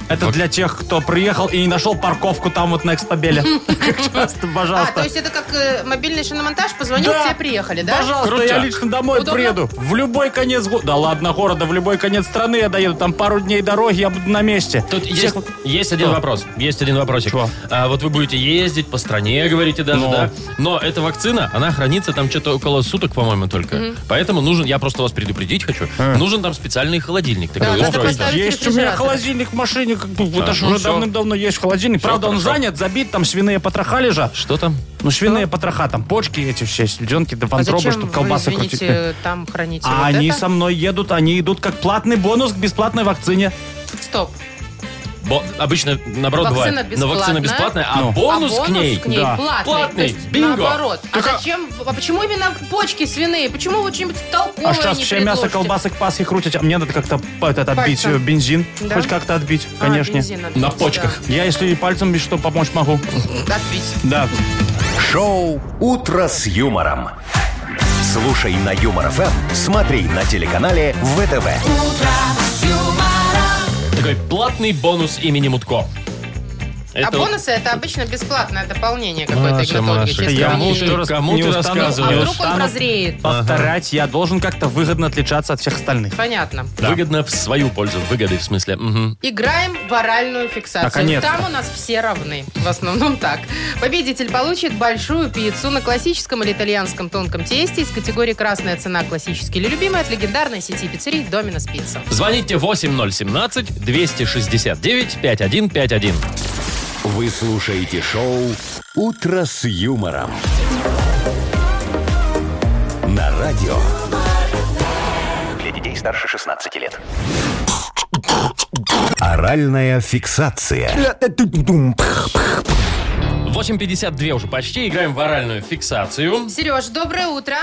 C: Это
B: Вак-
C: для тех, кто приехал и не нашел парковку там вот на Экспобеле. Как часто,
D: А,
C: пожалуйста.
D: то есть это как э, мобильный шиномонтаж, позвонил,
C: Да.
D: тебе приехали, да?
C: Пожалуйста,
B: Крутяк.
C: я лично домой
D: Удобно?
C: приеду. В любой конец города. Да ладно, города, в любой конец страны я доеду. Там пару дней дороги, я буду на месте.
B: Тут есть,
C: Всех-
B: есть один
C: Что?
B: вопрос. Есть один вопросик.
C: Чего? Ну.
B: А, вот вы будете ездить по стране, говорите даже,
C: Но.
B: да? Но эта вакцина, она хранится там что-то около суток, по-моему, только. Поэтому нужен, я просто вас предупредить хочу,
C: А.
B: нужен там специальный холодильник такой
D: Да, надо
B: устройство.
D: поставить
C: Есть у меня
D: рефрижератор.
C: холодильник в машине. как бы, вот
B: А,
C: аж
B: ну
C: уже
B: всё.
C: давным-давно есть холодильник.
B: Всё,
C: Правда, он
B: хорошо.
C: занят, забит, там свиные потроха лежат.
B: Что там?
C: Ну, свиные потроха, там почки эти все, селеденки, да
D: А
C: вантробы,
D: зачем
C: чтобы
D: вы,
C: колбасы
D: извините,
C: крутить.
D: там храните
C: А
D: вот
C: они
D: это?
C: со мной едут, они идут как платный бонус к бесплатной вакцине.
D: Стоп. А
B: Бо- обычно, наоборот,
D: Вакцина
B: бывает. Но
D: бесплатная.
B: вакцина бесплатная, а,
C: Ну.
B: бонус,
D: а бонус
B: к ней,
C: да.
D: платный.
B: Платный,
D: То есть,
B: бинго.
D: Наоборот.
C: Так
D: а
C: а-
D: зачем? А почему именно почки свиные? Почему вы что-нибудь толковое
C: А сейчас
D: не
C: все мясо,
D: предложите?
C: колбасы к Пасхе крутить, а мне надо как-то по- этот, отбить
D: Пальцем.
C: э, бензин.
D: Да?
C: Хоть как-то отбить,
D: А,
C: конечно.
D: бензин надо,
B: На
D: да.
B: почках.
C: Я, если и пальцем что, помочь могу.
D: Отбить.
C: Да.
A: Шоу Утро с юмором. Слушай на Юмор ФМ, смотри на телеканале ВТВ.
B: Такой платный бонус имени Мутко.
D: А
B: Это вот-
D: бонусы это обычно бесплатное дополнение какое-то
B: Маша, Маша,
D: гинекологии.
B: я
C: кому-то
B: мудрый,
C: раз-
B: кому
C: не
B: ты
C: устану.
D: А
B: рассказываешь?
D: вдруг он прозреет?
C: Повторять я должен как-то выгодно отличаться от всех остальных.
D: Понятно.
B: Да. Выгодно в свою пользу. Выгоды, в смысле. Мгм.
D: Играем в оральную фиксацию.
C: Наконец-то.
D: Там у нас все равны. В основном так. Победитель получит большую пиццу на классическом или итальянском тонком тесте из категории «Красная цена. Классический или любимый» от легендарной сети пиццерий «Доминос Пицца».
B: Звоните 8017-269-5151.
A: Вы слушаете шоу Утро с юмором. На радио
F: Для детей старше 16 лет.
A: оральная фиксация.
B: 8.52 уже почти. Играем в оральную фиксацию.
D: Сереж, доброе утро.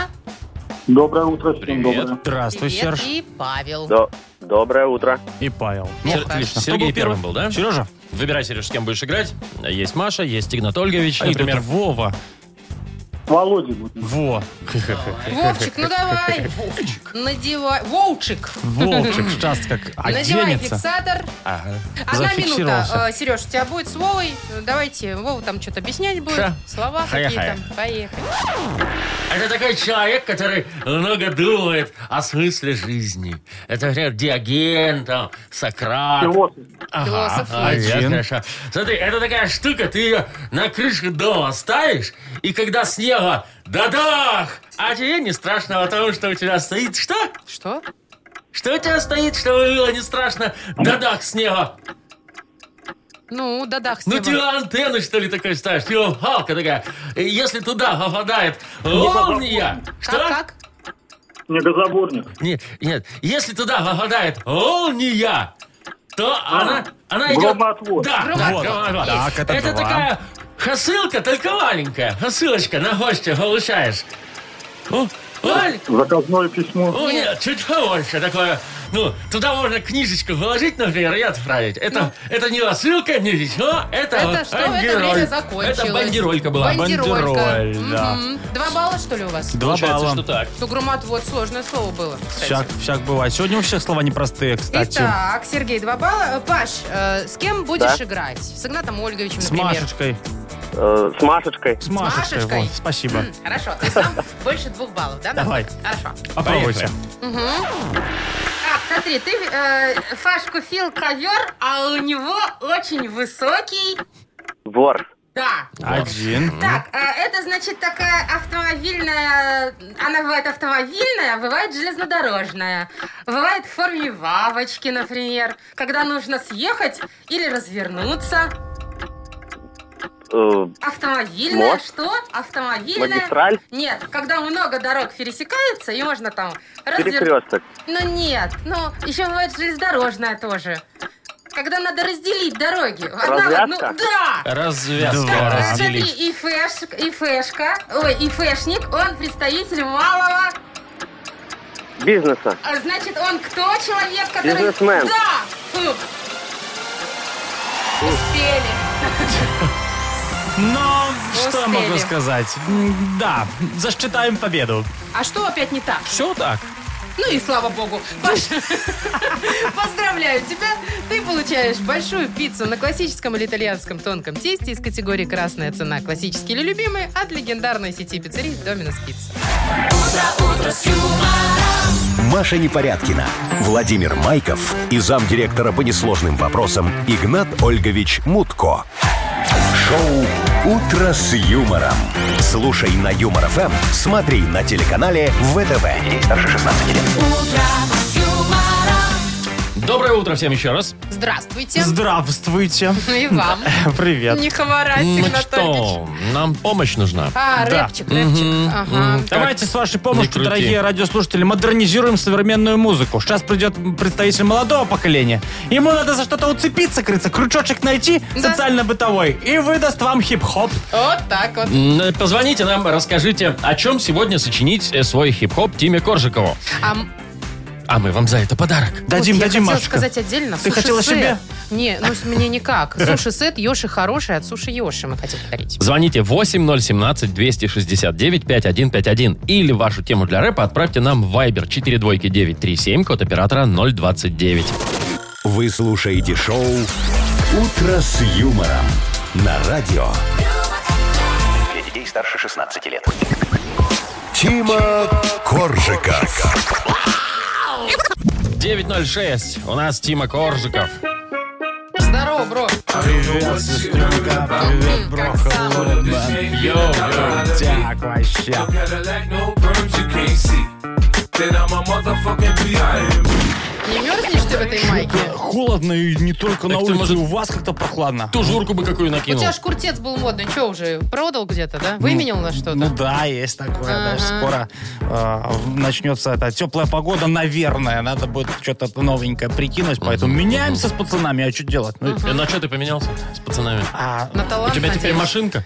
G: Доброе утро, всем
B: Привет.
C: Здравствуй,
D: Привет,
C: Серж.
D: и Павел.
E: Доброе утро.
C: И Павел.
D: Эх,
B: Сер-
D: как.
B: отлично.
C: Ну, Кто
B: Сергей
C: был
B: первым
C: первым?
B: был, да?
C: Сережа.
B: Выбирай, Сереж, с кем будешь играть. Есть Маша, есть Игнат Ольгович,
C: А,
B: например.
C: это Вова.
G: Володя будет.
C: Во.
D: Вовчик, ну давай. Надевай. Вовчик.
C: Вовчик, сейчас как
D: Надевай
C: оденется.
D: фиксатор.
C: Ага.
D: Одна минута.
C: А Зафиксировался.
D: Э, Сереж, у тебя будет с Вовой. Э, Давайте, Вова там что-то объяснять будет.
B: Ша.
D: Слова
B: Поехали.
D: какие-то. Поехали.
B: А Это такой человек, который много думает о смысле жизни. Это, например, Диоген, там, Сократ.
D: Философ.
B: а, я
C: Один.
B: хорошо. Смотри, это такая штука, ты ее на крыше дома ставишь, и когда снега, да-дах! А тебе не страшно, потому что у тебя стоит что?
D: Что?
B: Что у тебя стоит, чтобы было не страшно? Да-дах снега.
D: Ну, да-да,
B: Ну
D: Степан.
C: Ну, типа,
B: типа, ты антенну, что ли, такой ставишь? Ты его палка такая. э, если туда попадает молния... Что?
D: Как, как?
G: Недозаборник.
B: Нет, нет. Если туда попадает молния, то она, она идет...
G: Громоотвод.
B: Да,
D: Громоотвод.
B: да, громоотвод.
C: Так, это два.
B: такая хасылка, только маленькая. Хасылочка на гости получаешь. О, ой,
G: Заказное письмо.
B: о, нет, чуть побольше такое. Ну, туда можно книжечку выложить, например, и отправить. Это, это не рассылка, не ничего, это,
D: Ну. Это что? Это
B: бандероль.
D: время закончилось.
B: Это бандеролька была.
D: Бандеролька.
C: Бандероль, да.
D: Мгм. Два балла, что ли, у вас?
C: Два
B: Получается,
C: балла.
B: что так.
D: Ну, громоотвод, сложное слово было. кстати.
C: Всяк, всяк бывает. Сегодня у всех слова непростые, кстати.
D: Итак, Сергей, два балла. Э, Паш, э, с кем будешь играть? С Игнатом Ольговичем,
C: С
D: например.
C: Машечкой.
G: Э, с Машечкой.
C: С Машечкой.
D: Машечкой?
C: вот, спасибо.
D: М, Хорошо, ты сам больше двух баллов, да?
C: Давай.
D: Наталья? Хорошо.
C: Попробуйте.
D: Так, смотри, ты э, Фашку фил ковер, а у него очень высокий...
G: Двор.
D: Да.
C: Один.
D: Так, э, это значит такая автомобильная... Она бывает автомобильная, а бывает железнодорожная. Бывает в форме вавочки, например, когда нужно съехать или развернуться. Автомобильная,
G: Мост?
D: что? Автомобильная.
G: Э, Магистраль?
D: Нет, когда много дорог пересекаются, и можно там развернуться.
G: Перекресток.
D: Ну нет, ну еще бывает железнодорожная тоже. Когда надо разделить дороги. Одна в одну-
G: Развязка?
D: Да!
B: Развязка.
C: Два.
D: Так, смотри,
B: Разделить.
D: Э, и, фэш, и фэшка, ой, и фэшник, он представитель малого,
G: Бизнеса.
D: а значит, он кто человек, который...
G: Бизнесмен.
D: Да! Фу. Успели.
C: Но что я
D: Успели.
C: могу сказать? М, Да, засчитаем победу.
D: А что опять не так?
C: Все так.
D: Ну и слава богу. Паша, поздравляю тебя. Ты получаешь большую пиццу на классическом или итальянском тонком тесте из категории «Красная цена. Классический или любимый» от легендарной сети пиццерий «Доминос Пицца».
A: Маша Непорядкина, Владимир Майков и замдиректора по несложным вопросам Игнат Ольгович Мутко. Шоу «Утро с юмором». Слушай на Юмор ФМ, смотри на телеканале ВТВ. Ей старше 16 лет.
B: Доброе утро всем еще раз.
D: Здравствуйте.
C: Здравствуйте.
D: Ну и вам.
C: Привет.
D: Не хворать,
B: Ну
D: Игнат Ольгович.
B: что, нам помощь нужна.
D: А,
C: Да.
D: рэпчик, рэпчик. Ага.
B: Так.
C: Давайте с вашей
B: Не
C: помощью,
B: крути.
C: дорогие радиослушатели, модернизируем современную музыку. Сейчас придет представитель молодого поколения. Ему надо за что-то уцепиться, крыться, крючочек найти,
D: Да.
C: социально-бытовой, и выдаст вам хип-хоп.
D: Вот так вот.
B: М, Позвоните нам, расскажите, о чем сегодня сочинить э, свой хип-хоп Тиме Коржикову.
D: А м-
B: А мы вам за это подарок.
C: Дадим,
D: вот я
C: дадим,
D: хотела
C: Машечка.
D: сказать отдельно.
C: Ты хотела
D: Суши-сет.
C: себе?
D: Не, ну с- мне никак. Суши-сет Йоши хороший от суши Йоши мы хотим подарить.
B: Звоните 8017-269-5151 или вашу тему для рэпа отправьте нам в Viber 42937, код оператора 029.
A: Вы слушаете шоу «Утро с юмором» на радио.
F: Для детей старше 16 лет.
A: Тима Коржика.
B: 906. У нас Тима Коржиков.
D: Здорово, бро. Привет,
C: Так, вообще.
D: Не мерзнешь ты в этой майке?
C: Холодно и не только на
B: Так ты,
C: улице,
B: может,
C: у вас как-то прохладно.
B: Ту Ну, журку бы какую
D: У
C: Ну.
B: накинул.
D: тебя ж куртец был модный, что уже, продал где-то, да? Выменил на
C: Ну
D: что-то?
C: да, есть такое. да.
D: Ага.
C: Скоро э, начнется эта теплая погода, наверное. Надо будет что-то новенькое прикинуть. Поэтому меняемся с пацанами. А что делать? Ну,
B: Э, На что ты поменялся с пацанами?
C: а,
D: На
B: У
D: талант
B: тебя теперь
D: надеюсь.
B: машинка?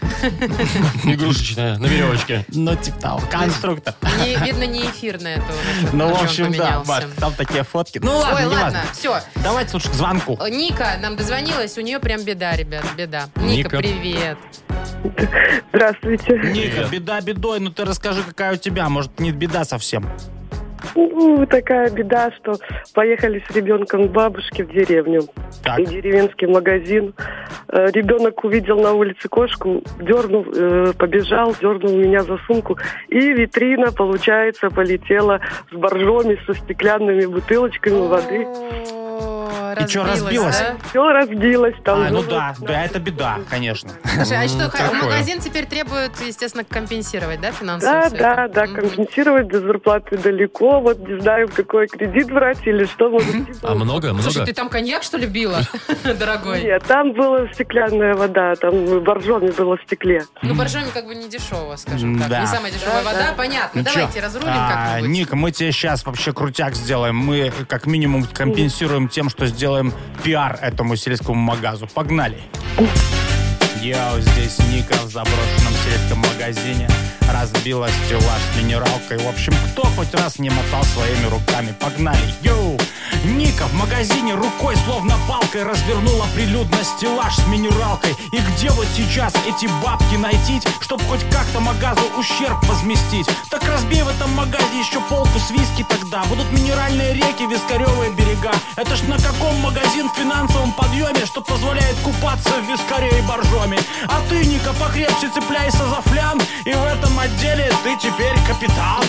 B: Игрушечная, на веревочке.
C: ну, типа того, конструктор.
D: Не- видно, не эфирное это уже.
C: Ну,
D: на
C: в
D: чем
C: общем, да,
D: поменялся.
C: Маш, там такие фотки. Ну,
D: Ой,
C: ладно, не
D: ладно,
C: важно.
D: все.
C: Давайте лучше к звонку.
D: Ника нам дозвонилась, у нее прям беда, ребят, беда.
B: Ника.
D: Ника, привет.
E: Здравствуйте.
C: Ника, беда бедой, ну ты расскажи, какая у тебя. Может, не беда совсем.
E: У, Такая беда, что поехали с ребенком к бабушке в деревню.
C: Так.
E: И деревенский магазин. Э, Ребенок увидел на улице кошку, дернул, э, побежал, дернул меня за сумку. И витрина, получается, полетела с боржоми, со стеклянными бутылочками воды.
D: Ой, все разбилось.
C: И чё, разбилось?
D: да?
E: Все разбилось там.
C: А, ну да, да, это беда, конечно.
D: Слушай, а что, ха-
B: такое.
D: магазин теперь требует, естественно, компенсировать, да, финансово?
E: Да,
D: всё
E: да,
D: это?
E: да,
D: Мгм.
E: компенсировать до зарплаты далеко. Вот не знаю, какой кредит брать или что. типа, Может,
B: А много,
D: Слушай,
B: много?
D: ты там коньяк, что ли, била, дорогой?
E: Нет, там была стеклянная вода, там боржоми было в стекле.
D: Ну, боржоми как бы не дешевая, скажем
C: М,
D: так.
C: да.
D: Не самая дешевая
E: Да,
D: вода,
E: да.
D: понятно.
C: Ну чё?
D: Давайте разрулим
C: А,
D: как-нибудь.
C: Ник, мы тебе сейчас вообще крутяк сделаем. Мы э, как минимум компенсируем тем, что сделаем пиар этому сельскому магазу. Погнали. Я вот здесь Ника в заброшенном сельском магазине разбила стеллаж с минералкой. В общем, кто хоть раз не мотал своими руками? Погнали. Йоу! Ника в магазине рукой, словно палкой, развернула прилюдно стеллаж с минералкой. И где вот сейчас эти бабки найти, чтоб хоть как-то магазу ущерб возместить? Так разбей в этом магазе еще полку с виски тогда. Будут минеральные реки, вискаревые берега. Это ж на каком магазин в финансовом подъеме, что позволяет купаться в вискаре и боржоме? А ты, Ника, покрепче цепляйся за флян, и в этом отделе ты теперь капитан.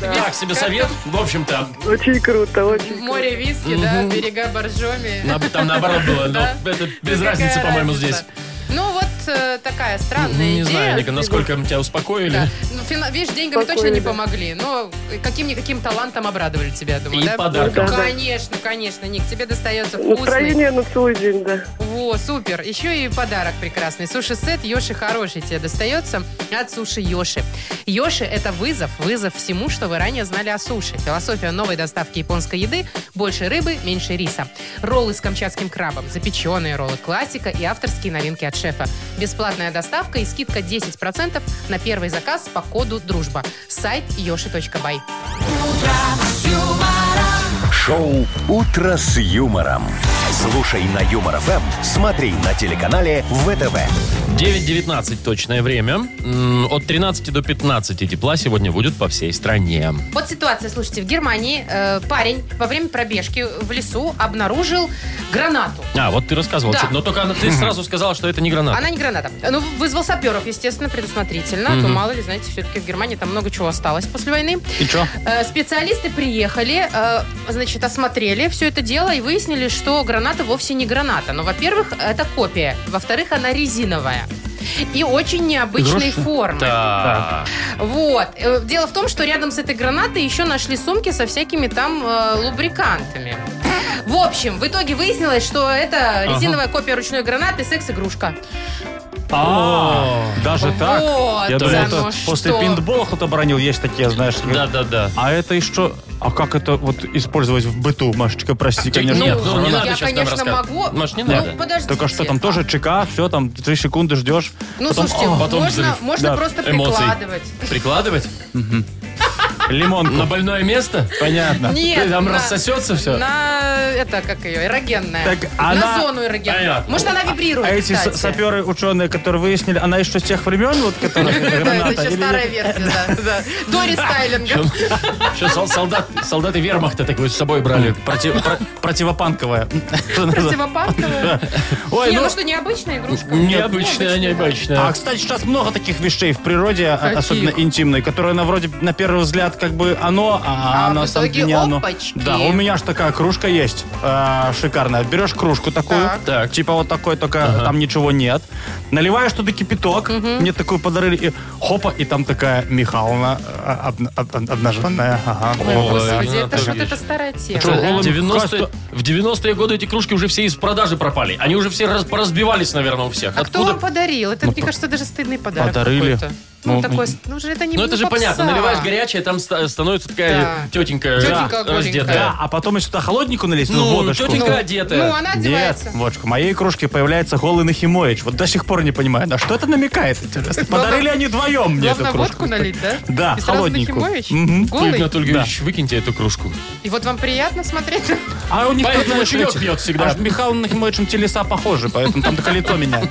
B: Так, себе совет, в общем-то.
E: Очень круто, очень
D: Море виски, да, берега боржоми.
B: на- Там наоборот было, но это без
D: Да
B: разницы,
D: какая
B: по-моему,
D: разница?
B: здесь.
D: Ну, вот э, такая странная
B: Не
D: идея.
B: знаю, Ника, насколько мы тебя
D: Да.
B: успокоили.
D: Ну, фина- видишь, деньгами
E: Спокойно.
D: точно не помогли, но каким-никаким талантом обрадовали тебя, думаю,
B: И
D: да? Ну,
B: подарком.
E: Да, да.
D: Конечно, конечно, Ник, тебе достается
E: круто.
D: вкусный.
E: Настроение на целый день, да.
D: Во, супер. Еще и подарок прекрасный. Суши-сет Йоши Хороший тебе достается от Суши Йоши. Йоши – это вызов, вызов всему, что вы ранее знали о суши. Философия новой доставки японской еды – больше рыбы, меньше риса. Роллы с камчатским крабом, запеченные роллы классика и авторские новинки от шефа. Бесплатная доставка и скидка 10% на первый заказ по коду «Дружба». Сайт yoshi.by.
A: Шоу «Утро с юмором». Слушай на Юмор ФМ, смотри на телеканале ВТВ.
B: 9.19 точное время. М, От 13 до 15 тепла сегодня будет по всей стране.
D: Вот ситуация, слушайте, в Германии э, парень во время пробежки в лесу обнаружил гранату.
B: А, вот ты рассказывал.
D: Да.
B: чё- Но только она- ты сразу сказала, что это не граната.
D: Она не граната. Ну, вызвал саперов, естественно, предусмотрительно. А то, мало ли, знаете, все-таки в Германии там много чего осталось после войны.
C: И чё?
D: Э, Специалисты приехали, э, значит, осмотрели все это дело и выяснили, что граната вовсе не граната. Но, во-первых, это копия. Во-вторых, она резиновая. И очень необычной
B: Грош-
D: формы.
B: Да.
D: Вот. Э, Дело в том, что рядом с этой гранатой еще нашли сумки со всякими там э, лубрикантами. В общем, в итоге выяснилось, что это резиновая копия ручной гранаты секс-игрушка.
C: А, даже
D: Вот
C: так? Я думал,
D: оно что.
C: это после пинтбола кто-то бронил. Есть такие, знаешь.
B: Да, да, да.
C: А это еще... А как это вот использовать в быту, Машечка, прости, конечно.
B: Нет, ну, не надо
D: я,
B: сейчас нам
D: конечно,
B: рассказывать.
D: могу.
B: Маш, не
D: ну,
B: надо.
D: подождите.
C: Только что там тоже ЧК, все, там три секунды ждешь.
D: Ну,
C: потом,
D: слушайте,
C: «О,
B: потом
D: можно,
B: взрыв».
D: можно
C: Да,
D: просто
B: эмоций.
D: прикладывать.
B: Прикладывать?
D: ну,
C: лимонку.
B: На больное место?
C: Понятно.
D: Нет,
B: Там
D: на-
B: рассосется все?
D: На, это, как ее, эрогенная.
C: Так
D: На
C: она-
D: зону эрогенную.
B: Понятно.
D: Может, она вибрирует,
C: А эти
D: ну, кстати.
C: саперы, ученые, которые выяснили, она еще с тех времен, вот которая
D: Да, это
C: граната,
D: еще
C: или
D: старая
C: нет?
D: версия, да, да. До рестайлинга.
B: Что сол- солдат, солдаты вермахта такой с собой брали.
C: Против- про- противопанковая.
D: Противопанковая.
C: Ой,
D: Не,
C: ну,
D: ну что, необычная игрушка?
B: Необычная, необычная.
C: а, кстати, сейчас много таких вещей в природе, а-
D: Каких?
C: особенно интимные, которые, на вроде, на первый взгляд, как бы оно, а,
D: А в
C: на самом
D: итоге
C: деле не оно.
D: опачки.
C: Да, у меня ж такая кружка есть, э, шикарная. Берешь кружку такую,
D: Так.
B: Так.
C: типа вот такой, только там ничего нет. Наливаешь туда кипяток, мне такую подарили, и хопа, и там такая Михална э, од- од- одноженная. ага.
D: Ой,
B: Ой,
D: господи,
B: она
D: это ж вот
B: тоже
D: это старая тема.
B: Ну, Что,
C: голым
B: в 90-е
C: касту-
B: в 90-е годы эти кружки уже все из продажи пропали. Они уже все раз- поразбивались, наверное, у всех.
D: А кто
B: Откуда?
D: вам подарил? Это, мне
C: по-
D: кажется, даже стыдный подарок
C: Подарили.
D: какой-то. Ну,
C: Ну,
D: такой, ну же это не
B: Ну это
D: не
B: же понятно,
D: попса.
B: наливаешь горячее, там ста- становится такая
D: Да.
B: тетенька,
D: Тетенька
B: э,
D: голенькая.
C: Да,
B: раздетая.
C: а потом еще туда холоднику налезть, ну,
B: Ну,
C: водочку.
B: тетенька
C: Ну,
B: одетая.
D: Ну, она
C: Нет,
D: одевается.
C: Вочка, в моей кружке появляется голый Нахимович. Вот до сих пор не понимаю, на что это намекает, интересно. Подарили они вдвоем мне эту
D: Главное
C: кружку.
D: водку налить, да?
C: Да,
D: И сразу
C: холодненькую.
D: Нахимович?
C: Мгм.
B: Игнат
D: Голый?
B: Ольгович, Ну, выкиньте эту кружку.
D: И вот вам приятно смотреть?
C: А у них
B: Поэтому
C: тут, знаешь,
B: чаек
C: эти-
B: пьет всегда.
C: А Михаил Нахимовичем
D: типа.
C: телеса похожи, поэтому там только лицо меняет.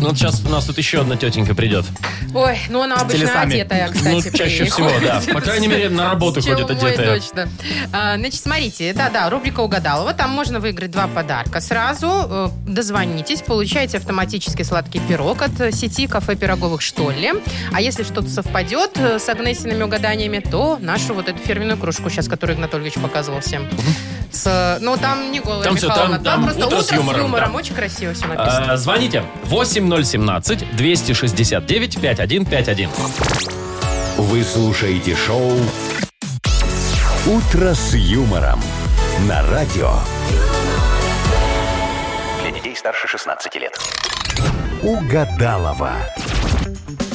B: Ну, вот сейчас у нас тут еще одна тетенька придет.
D: Ой, ну она обычно
C: телесами.
D: одетая, кстати.
B: Ну, чаще
D: приходит.
B: всего, да. По крайней мере, на работу
D: С челмой
B: ходит одетая.
D: точно. А, значит, смотрите, да, да, рубрика угадалова. Там можно выиграть два подарка. Сразу э, дозвонитесь, получаете автоматически сладкий пирог от э, сети кафе пироговых что ли. А если что-то совпадет э, с Агнесиными угаданиями, то нашу вот эту фирменную кружку сейчас, которую Игнатольевич показывал всем. С, э, ну, там не голая
B: Там всё, там-
D: Михайловна,
B: там
D: просто
B: утро с юмором, да.
D: Очень красиво все написано.
B: А, звоните 8017 269 5151.
A: Вы слушаете шоу «Утро с юмором» на радио.
F: Для детей старше 16 лет.
A: Угадалова.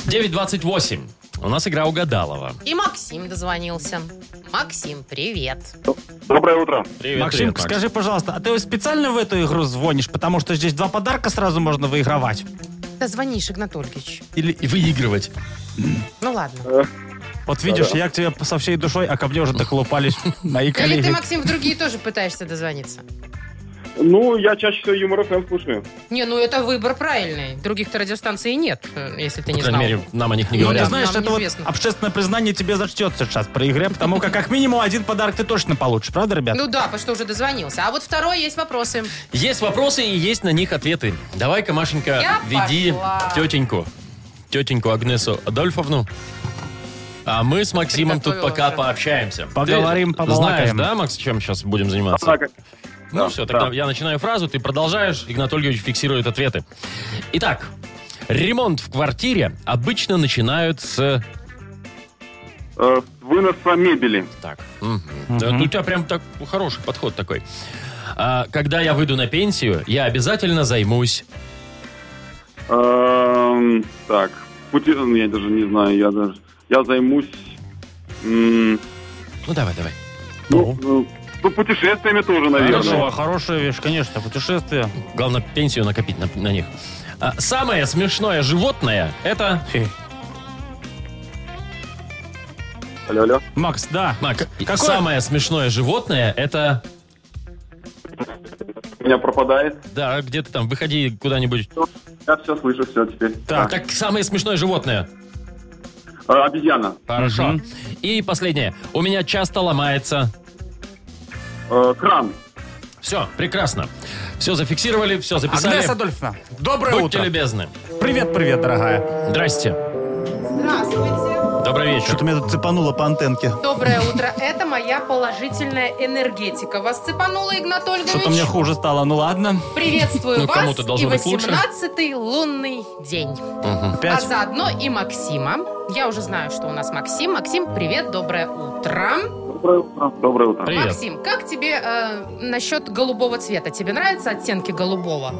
B: 928. У нас игра угадалова.
D: И Максим дозвонился. Максим, привет.
G: Доброе утро.
B: Привет,
C: Максим, скажи, пожалуйста, а ты специально в эту игру звонишь, потому что здесь два подарка сразу можно выигровать?
D: Дозвонишь, Игнатольевич.
B: Или и выигрывать.
D: Ну ладно.
C: Вот видишь, я к тебе со всей душой, а ко мне уже доколупались мои
D: Или ты,
C: коллеги.
D: Максим, в другие тоже пытаешься дозвониться?
G: Ну, я чаще всего юмор ФМ слушаю.
D: Не, ну это выбор правильный. Других-то радиостанций нет, э, если ты
B: По
D: не
B: крайней
D: знал.
B: мере, нам о них не
C: Ну, ты
B: говорят.
C: знаешь,
D: Нам
C: это вот
D: неизвестно.
C: общественное признание тебе зачтется сейчас при игре, потому как как минимум один подарок ты точно получишь, правда, ребят?
D: Ну да, потому что уже дозвонился. А вот второй есть вопросы.
B: Есть вопросы и есть на них ответы. Давай-ка, Машенька,
D: Я
B: веди
D: пошла.
B: тетеньку. Тетеньку Агнесу Адольфовну. А мы с Максимом тут
D: Приготовила
B: пока
D: уже.
B: пообщаемся.
C: Поговорим,
B: Ты
C: побалакаем.
B: Знаешь, да, Макс, чем сейчас будем заниматься? Ну все, тогда я начинаю фразу, ты продолжаешь, Игнатольевич фиксирует ответы. Итак, ремонт в квартире обычно начинают с...
G: Э, Выноса мебели.
B: Так, мгм. Да, ну, у тебя прям так хороший подход такой. А, когда я выйду на пенсию, я обязательно займусь...
G: Эм, Так, пути... ну, Я даже не знаю, я даже... Я займусь... м,
B: Ну давай, давай.
G: Ну, э, ну, путешествиями тоже,
C: Хорошо,
G: наверное.
C: хорошая вещь, конечно, путешествие.
B: Главное, пенсию накопить на, на них. А, самое смешное животное это...
C: Фи.
G: Алло, алло.
C: Макс, да.
D: А,
B: Мак,
C: Какое?
B: самое смешное животное это...
G: У меня пропадает.
B: Да, где ты там, выходи куда-нибудь.
G: Я все слышу, все теперь.
C: Так.
B: Так, самое смешное животное.
G: Э, Обезьяна.
B: Хорошо.
C: Мгм.
B: И последнее. У меня часто ломается.
G: Э, Кран.
B: Все, прекрасно. Все зафиксировали, все записали.
C: Агнеса Адольфовна, доброе
B: Будьте
C: утро.
B: любезны.
C: Привет, привет, дорогая.
B: Здрасте.
D: Здравствуйте.
B: Добрый вечер.
C: Что-то меня тут цепануло по антенке.
D: Доброе утро. Это моя положительная энергетика. Вас цепанула, Игнатольевич?
C: Что-то мне хуже стало, ну ладно.
D: Приветствую
B: Ну,
D: вас
B: кому-то
D: и
B: должно быть лучше.
D: 18-й лунный день. А
C: Опять.
D: заодно и Максима. Я уже знаю, что у нас Максим. Максим, привет, доброе утро.
G: Доброе утро. Доброе утро.
B: Привет.
D: Максим, как тебе э, насчет голубого цвета? Тебе нравятся оттенки голубого?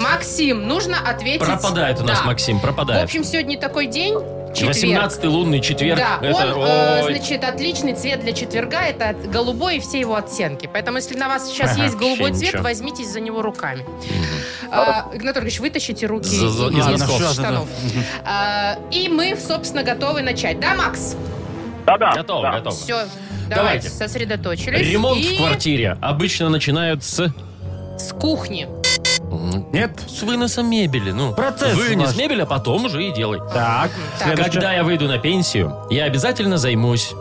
D: Максим, нужно ответить.
B: Пропадает у нас
D: «да».
B: Максим,
D: В
B: пропадает.
D: общем, сегодня такой день. Четверг.
B: 18-й лунный четверг.
D: Да,
B: Это-
D: он, э,
B: ой.
D: значит, отличный цвет для четверга. Это от- голубой и все его оттенки. Поэтому, если на вас сейчас
B: Ага,
D: есть голубой
B: вообще
D: цвет,
B: ничего.
D: возьмитесь за него руками. А, Игнат Ольгович, вытащите руки
B: За- за- из
C: Ладно,
B: носков.
C: всё, да, да.
D: штанов. А, и мы, собственно, готовы начать. Да, Макс?
G: Да-да.
B: Готово, готово.
D: Все,
B: Давайте.
D: давайте, сосредоточились.
B: Ремонт
D: И
B: в квартире обычно начинают с...
D: С кухни.
C: Нет?
B: С выноса мебели, ну.
C: Процесс
B: Вынес
C: ваш.
B: мебель, а потом уже и делай.
C: Так,
D: Так.
C: следующее.
B: Когда я выйду на пенсию, я обязательно займусь.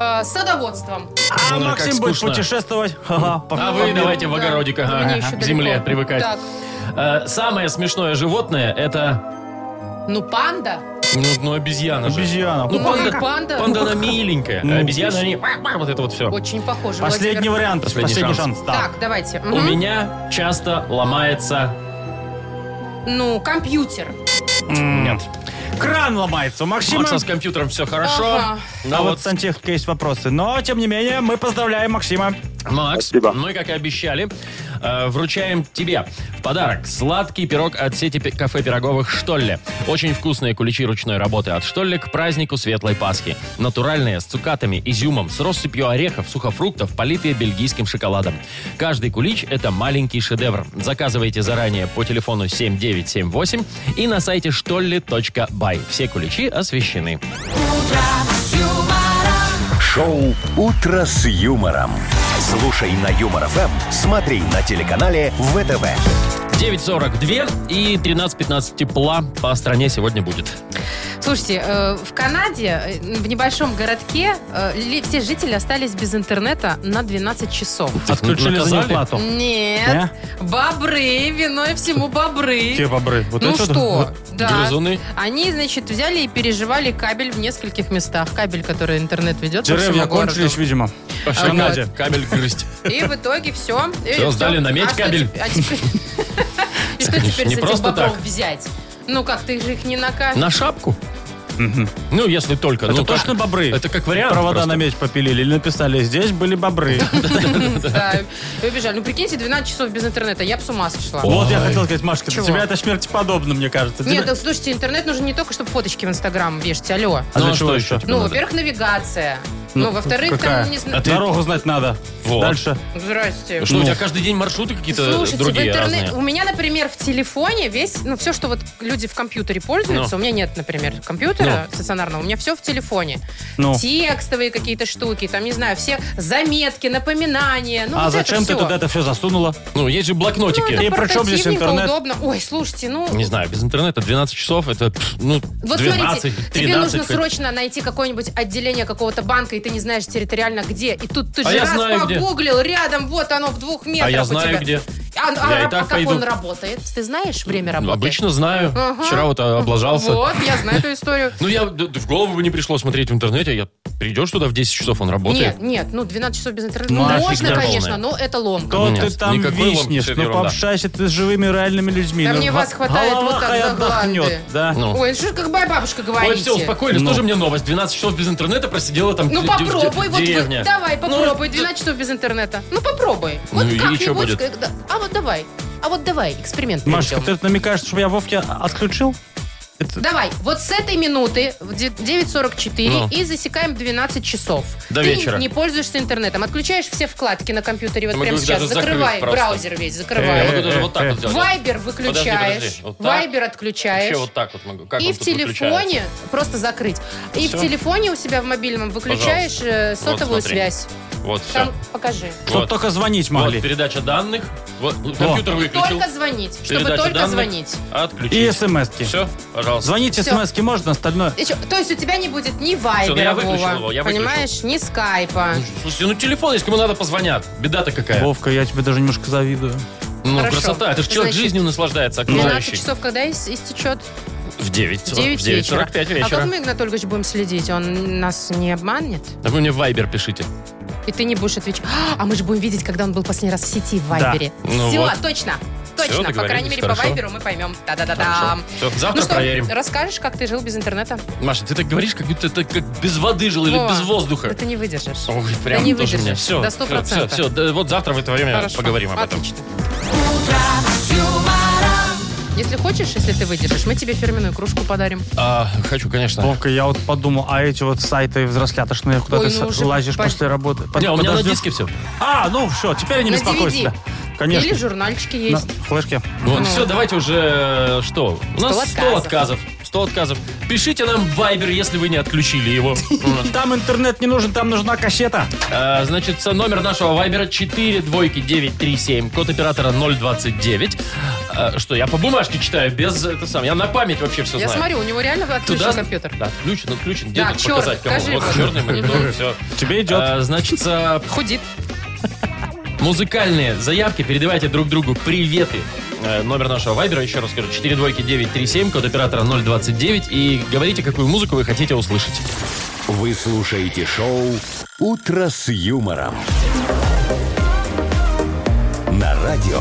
D: Э, садоводством.
C: А
B: Ну, как
C: Максим будет
B: скучно.
C: путешествовать. Ха-ха, по
B: А
C: всему
B: вы
C: миру.
B: давайте в
D: Да.
B: огородиках,
D: Мне
B: ага,
D: еще
B: к
D: далеко.
B: земле привыкать.
D: Так.
B: Э, Самое смешное животное это...
D: Ну, панда.
B: Ну, ну, обезьяна же.
C: Обезьяна.
B: Ну, панда,
D: как панда.
B: панда она миленькая.
C: Ну,
B: а обезьяны, они... Вот это вот все.
D: Очень похоже.
C: Последний
D: Владимир.
C: вариант,
B: Последний
C: последний,
B: шанс.
C: шанс. да.
D: Так, давайте.
B: У
D: Мгм.
B: меня часто ломается...
D: Ну, компьютер.
C: М.
B: Нет.
C: Кран ломается у
B: У
C: Максима.
B: Макса с компьютером все хорошо.
D: Ага.
B: Но
C: А вот
B: Ну вот
C: с сантехникой есть вопросы. Но, тем не менее, мы поздравляем Максима.
B: Макс,
G: Спасибо.
B: мы, как и обещали, э, вручаем тебе в подарок сладкий пирог от сети пи- кафе пироговых «Штолле». Очень вкусные куличи ручной работы от «Штолле» к празднику Светлой Пасхи. Натуральные, с цукатами, изюмом, с россыпью орехов, сухофруктов, политые бельгийским шоколадом. Каждый кулич – это маленький шедевр. Заказывайте заранее по телефону 7978 и на сайте штолле.бай. Все куличи освещены.
A: Шоу «Утро с юмором». Слушай на Юмор ФМ, смотри на телеканале ВТВ.
B: 9.42 и 13.15 тепла по стране сегодня будет.
D: Слушайте, э, в Канаде, э, в небольшом городке, э, ли- все жители остались без интернета на 12 часов.
B: Отключили
C: Наказали?
B: зарплату.
D: Нет.
B: Э?
D: Бобры, виной всему бобры.
B: Типа,
C: Те бобры. Вот
D: ну
C: это да.
D: что, да.
B: Грызуны.
D: Они, значит, взяли и переживали кабель в нескольких местах. Кабель, который интернет ведет по
C: Деревья
D: всему городу.
C: кончились, видимо.
B: По всему
C: Канаде.
B: городу Кабель грызть.
D: И в итоге все.
B: Всё, сдали на медь кабель.
D: А теперь- И что
B: Конечно,
D: теперь
B: не
D: с этих
B: просто
D: бобров
B: так.
D: взять? Ну как, ты же их не накажешь.
B: На шапку? Ну, если только.
C: Это
B: ну, как-
C: точно бобры.
B: Это как вариант.
C: Провода
B: просто.
C: на меч попилили или написали, здесь были бобры.
D: Да, и убежали. Ну прикиньте, 12 часов без интернета, я бы с ума сошла.
C: Вот я хотел сказать, Машка, для
D: Чего?
C: тебя это смерти подобно, мне кажется.
D: Нет, ну,
C: Тебе-
D: так, слушайте, интернет нужен не только, чтобы фоточки в Инстаграм вешать, алло.
C: А
B: Ну,
C: для
B: а
C: чего
B: что
C: еще?
B: еще?
D: Ну,
B: надо.
D: во-первых, навигация. Ну, во-вторых,
C: какая?
D: там не
B: А
D: знаю.
B: ты-
C: Дорогу знать надо.
B: Вот.
C: Дальше.
D: Здрасте.
B: Что, у
C: Ну.
B: тебя каждый день маршруты какие-то
D: Слушайте,
B: другие
D: в интернет...
B: разные?
D: У меня, например, в телефоне весь, ну, все, что вот люди в компьютере пользуются,
B: Ну.
D: у меня нет, например, компьютера стационарного, у меня все в телефоне.
C: Ну.
D: Текстовые какие-то штуки, там, не знаю, все заметки, напоминания. Ну,
C: А
D: вот
C: зачем
D: это
C: ты
D: всё.
C: туда это все засунула?
B: Ну, есть же
D: Ну,
B: блокнотики.
D: это
C: И при чём здесь
D: портативненько,
C: интернет?
D: удобно. Ой, слушайте, ну...
B: Не знаю, без интернета 12 часов это, пф, ну,
D: Вот
B: 12,
D: смотрите,
B: 13.
D: тебе нужно
B: хоть.
D: срочно найти какое-нибудь отделение какого-то банка, и ты не знаешь территориально где. И тут ты
B: А
D: же
B: я
D: раз
B: знаю, где.
D: погуглил, рядом, вот оно в двух метрах
B: А я
D: у
B: знаю,
D: тебя.
B: где.
D: А, а
B: Я и
D: раб-
B: так
D: а как
B: пойду.
D: он работает? Ты знаешь
B: Ну,
D: время работы?
B: Обычно знаю.
D: Ага.
B: Вчера вот а, облажался.
D: Вот, я знаю эту историю.
B: Ну, я д- д- в голову бы не пришло смотреть в интернете. Я придешь туда в 10 часов, он работает.
D: Нет, нет, ну 12 часов без интернета.
C: Ну,
D: Ну,
C: а
D: можно,
B: фигня
D: конечно,
B: полная.
D: но это ломка.
C: То
B: Нет,
C: ты там
B: никакой ломки,
C: виснешь,
B: всё
C: ну
B: ерунда.
C: пообщайся ты с живыми реальными людьми.
D: Да
C: ну,
D: мне
C: го-
D: вас хватает
C: голова
D: вот так
C: хай
D: за
C: отдохнет,
D: гланды.
C: да.
B: Ну.
D: Ой, что ж как моя бабушка
B: Ой,
D: говорит.
B: все, успокоились,
C: Ну.
B: тоже мне новость. 12 часов без интернета просидела там
D: Ну
B: де- де-
D: попробуй, вот
B: деревня.
D: вы- давай,
B: Ну,
D: попробуй, 12 часов без интернета. Ну попробуй.
B: Ну,
D: Вот
B: и
D: как-нибудь.
B: чё будет?
D: когда- А вот давай, а вот давай, эксперимент
C: Машка,
D: проведем.
C: ты намекаешь, чтобы я Вовке отключил? Это-
D: Давай, вот с этой минуты в де- 9.44
B: Ну.
D: и засекаем 12 часов.
B: До
D: Ты
B: вечера.
D: не пользуешься интернетом, отключаешь все вкладки на компьютере вот
B: Мы
D: прямо
B: говорим,
D: сейчас.
B: даже закрыть
D: Закрывай
B: просто.
D: браузер весь,
B: Я
C: Э,
D: закрывай.
B: могу даже вот так вот сделать.
D: Вайбер
B: подожди,
D: выключаешь,
B: вот так?
D: вайбер
B: Вообще
D: отключаешь.
B: вот так вот могу. Как
D: И
B: он
D: в
B: тут выключается?
D: телефоне просто закрыть. И
B: Всё.
D: в телефоне у себя в мобильном выключаешь
B: Пожалуйста.
D: э,
B: Вот
D: сотовую
B: смотри.
D: связь.
B: Вот все.
D: Там покажи.
C: Чтоб
B: Вот.
C: только звонить могли.
B: Вот передача данных. Вот, ну, компьютер выключил.
D: Только звонить, чтобы
B: Передача
D: только
B: данных.
D: звонить.
B: Отключить.
C: И смс-ки.
B: Все, пожалуйста.
C: Звонить
D: Всё.
C: смс-ки можно, остальное...
D: И чё, то есть у тебя не будет ни
B: Всё, ну я
D: вайбера,
B: выключил
D: Вова,
B: его, я выключил.
D: понимаешь, ни скайпа.
B: Слушайте, ну телефон, если кому надо, позвонят. Беда-то какая.
C: Вовка, я тебе даже немножко завидую.
B: Ну,
D: Хорошо.
B: красота. Это же человек
D: Значит,
B: жизнью наслаждается,
D: 12
B: окружающий.
D: часов когда ис- истечет?
B: В 9,
D: В 9 вечера.
B: 45
D: А как
B: вечера.
D: мы, Игнат Ольгович, будем следить? Он нас не обманет?
B: Да вы мне в Вайбер пишите.
D: И ты не будешь отвечать. А а мы же будем видеть, когда он был последний раз в сети в Вайбере.
B: Ну
D: Все,
B: вот.
D: точно.
B: Всё,
D: Точно. По
B: договорились,
D: крайней мере,
B: хорошо.
D: по Вайберу мы поймем. Да-да-да-да.
B: Хорошо. Всё, завтра
D: Ну что,
B: проверим.
D: расскажешь, как ты жил без интернета?
B: Маша, ты так говоришь, как будто это как без воды жил или
D: Во.
B: без
D: Да
B: воздуха.
D: ты не выдержишь.
B: Ой, прям
D: да не
B: тоже
D: выдержишь.
B: меня. Все,
D: До
B: все,
D: 100%.
B: все, вот завтра в это время
D: Хорошо.
B: поговорим об этом.
D: Отлично. Если хочешь, если ты выдержишь, мы тебе фирменную кружку подарим.
B: А, хочу, конечно.
C: Вовка, я вот подумал, а эти вот сайты взрослятошные, куда
D: Ой,
C: ты
D: ну
C: с-
D: уже
C: лазишь
D: пон-
C: после работы? Под-
B: Не, у меня на
C: подождёшь?
B: диске все.
C: А, ну все, теперь не
D: На
C: беспокойся.
D: DVD.
C: да. Конечно.
D: Или журнальчики
C: На
D: есть.
C: флешке.
B: Вот,
D: Ну.
B: все, давайте уже э, что? У нас 100
D: Сто
B: отказов. 100 отказов. Пишите нам в Вайбер, если вы не отключили его. Вот.
C: Там интернет не нужен, там нужна кассета.
B: А, Значит, номер нашего Вайбера 4 двойки 937, код оператора 029. А, Что, я по бумажке читаю, без это сам. Я на память вообще все
D: Я
B: знаю.
D: смотрю, у него реально отключен компьютер.
B: Да, включен, отключен. Где
D: Да,
B: тут
D: чёрный,
B: показать кому?
D: покажи
B: Вот
D: его.
B: черный монитор, все.
C: Тебе идет.
B: значит, а,
D: Худит.
B: музыкальные заявки передавайте друг другу приветы. Э, Номер нашего вайбера, еще раз скажу, 4 двойки 937, код оператора 029. И говорите, какую музыку вы хотите услышать.
A: Вы слушаете шоу «Утро с юмором». На радио.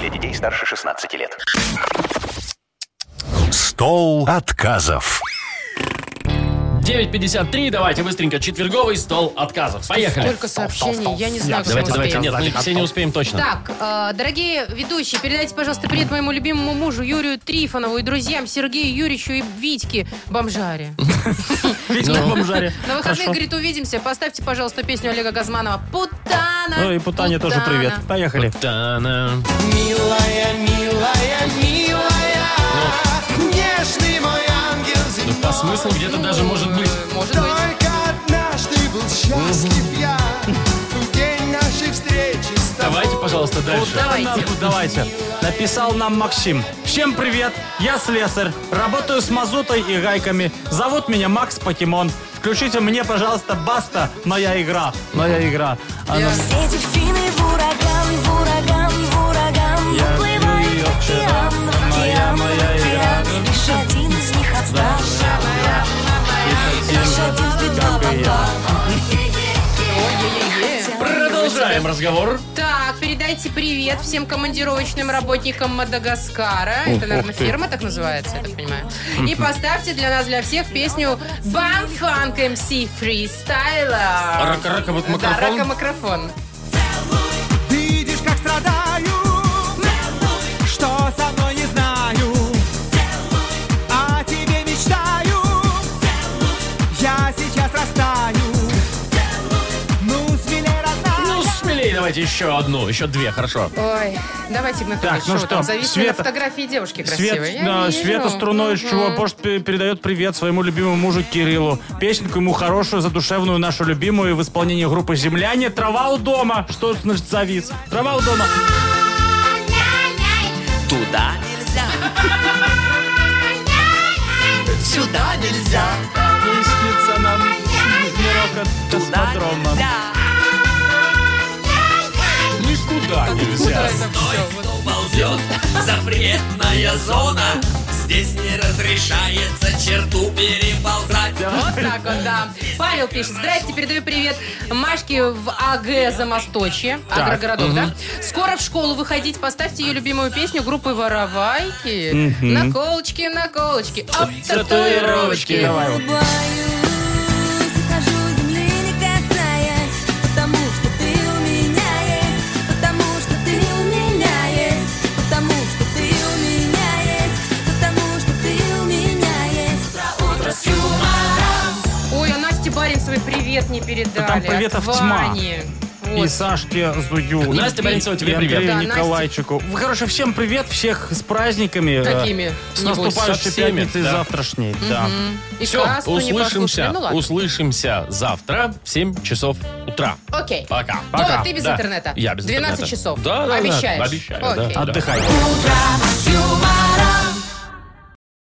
F: Для детей старше 16 лет.
A: Стол отказов.
B: 9.53, давайте быстренько четверговый стол отказов. Поехали.
D: Только сообщений, я не знаю, как
B: Давайте,
D: мы
B: давайте,
D: успеем.
B: нет, мы все не успеем точно.
D: Так, э, дорогие ведущие, передайте, пожалуйста, привет моему любимому мужу Юрию Трифонову и друзьям Сергею Юрьевичу и Витьке Бомжаре.
C: Видите, на бомжаре.
D: На выходных,
C: Хорошо.
D: говорит, увидимся. Поставьте, пожалуйста, песню Олега Газманова «Путана».
C: Ну и Путане тоже
D: Путана».
C: привет. Поехали.
B: Та-на.
I: Милая, милая, милая, нежный мой ангел
B: Ну,
I: земной.
B: по смыслу где-то даже может быть.
D: Может быть.
I: Только однажды был счастлив я в день нашей встречи с тобой.
B: Давайте по пожалуйста, дальше.
C: Вот давай
D: Давайте.
C: нам- давайте. Написал нам Максим. Всем привет, я слесарь. Работаю с мазутой и гайками. Зовут меня Макс Покемон. Включите мне, пожалуйста, баста. Моя игра. Моя игра. Она-
J: Все дельфины в ураган, в ураган, в ураган
C: Я
J: Уплывают
C: люблю её
J: в океан, в
C: Моя,
J: океан,
C: моя
J: в океан Лишь один из них остался Лишь один впитал
C: как и я.
J: вода
B: Продолжаем разговор.
D: Так, передайте привет всем командировочным работникам Мадагаскара. Это, наверное, фирма так называется, я так понимаю. И поставьте для нас, для всех, песню Bang Funk MC Freestyler.
B: Рака-рака, вот
D: Да, рака
B: микрофон.
D: микрофон.
I: Видишь, как страдаю, что со мной не знаю. О тебе мечтаю, я сейчас растаю. Ну, смелей, родная.
B: Ну, смелее давайте еще одну, еще две, хорошо.
D: Ой, давайте мы
C: Так, ну
D: шоу.
C: что,
D: Там зависит
C: Света-
D: на фотографии девушки красивой.
C: Свет,
D: Я
C: да,
D: вижу.
C: Света струной, из чего
D: Мгм.
C: Пошт пе- передает привет своему любимому мужу Кириллу. Песенку ему хорошую, задушевную, нашу любимую в исполнении группы «Земляне». «Трава у дома». Что значит завис? «Трава у дома».
I: Туда нельзя. Сюда нельзя.
C: Не снится нам мирок от космодрома. Никуда нельзя.
I: ползет запретная зона. Здесь не разрешается черту переползать.
D: Вот так вот, да. Павел пишет. Здрасте, передаю привет Машке в АГ Замосточье. Агрогородок, да? Скоро в школу выходить. Поставьте ее любимую песню группы Воровайки. Наколочки, наколочки. Об татуировочки.
C: Давай.
J: Улыбаюсь и хожу земли не касаясь Потому что ты у меня есть Потому что ты у меня есть Потому что ты у меня есть Потому что ты у меня есть Утро с юмором
D: Ой, а Насте Барин свой привет не передали.
C: там приветов
D: От
C: тьма.
D: Вани.
C: И
D: Вот.
C: Сашке Зую.
B: Настя Борисова, тебе
C: И Андрею
B: привет.
D: Да, Настя.
C: Николайчику. Вы, Короче, всем привет, всех с праздниками.
D: Какими?
C: э, С
D: Небось,
B: со
C: наступающей
B: всеми,
C: пятницей
B: да.
C: завтрашней. Да.
D: И
B: Все,
D: Касту не послушали.
B: услышимся.
D: Ну ладно.
B: услышимся завтра в 7 часов утра.
D: Окей.
B: Пока.
D: Ну,
C: Пока.
D: а ты без
B: Да.
D: интернета.
B: Я без интернета.
D: 12 часов.
B: Да, да, да.
D: Обещаешь?
B: Обещаю, да.
D: Окей.
B: Да.
C: Отдыхай.
J: Утро с юмором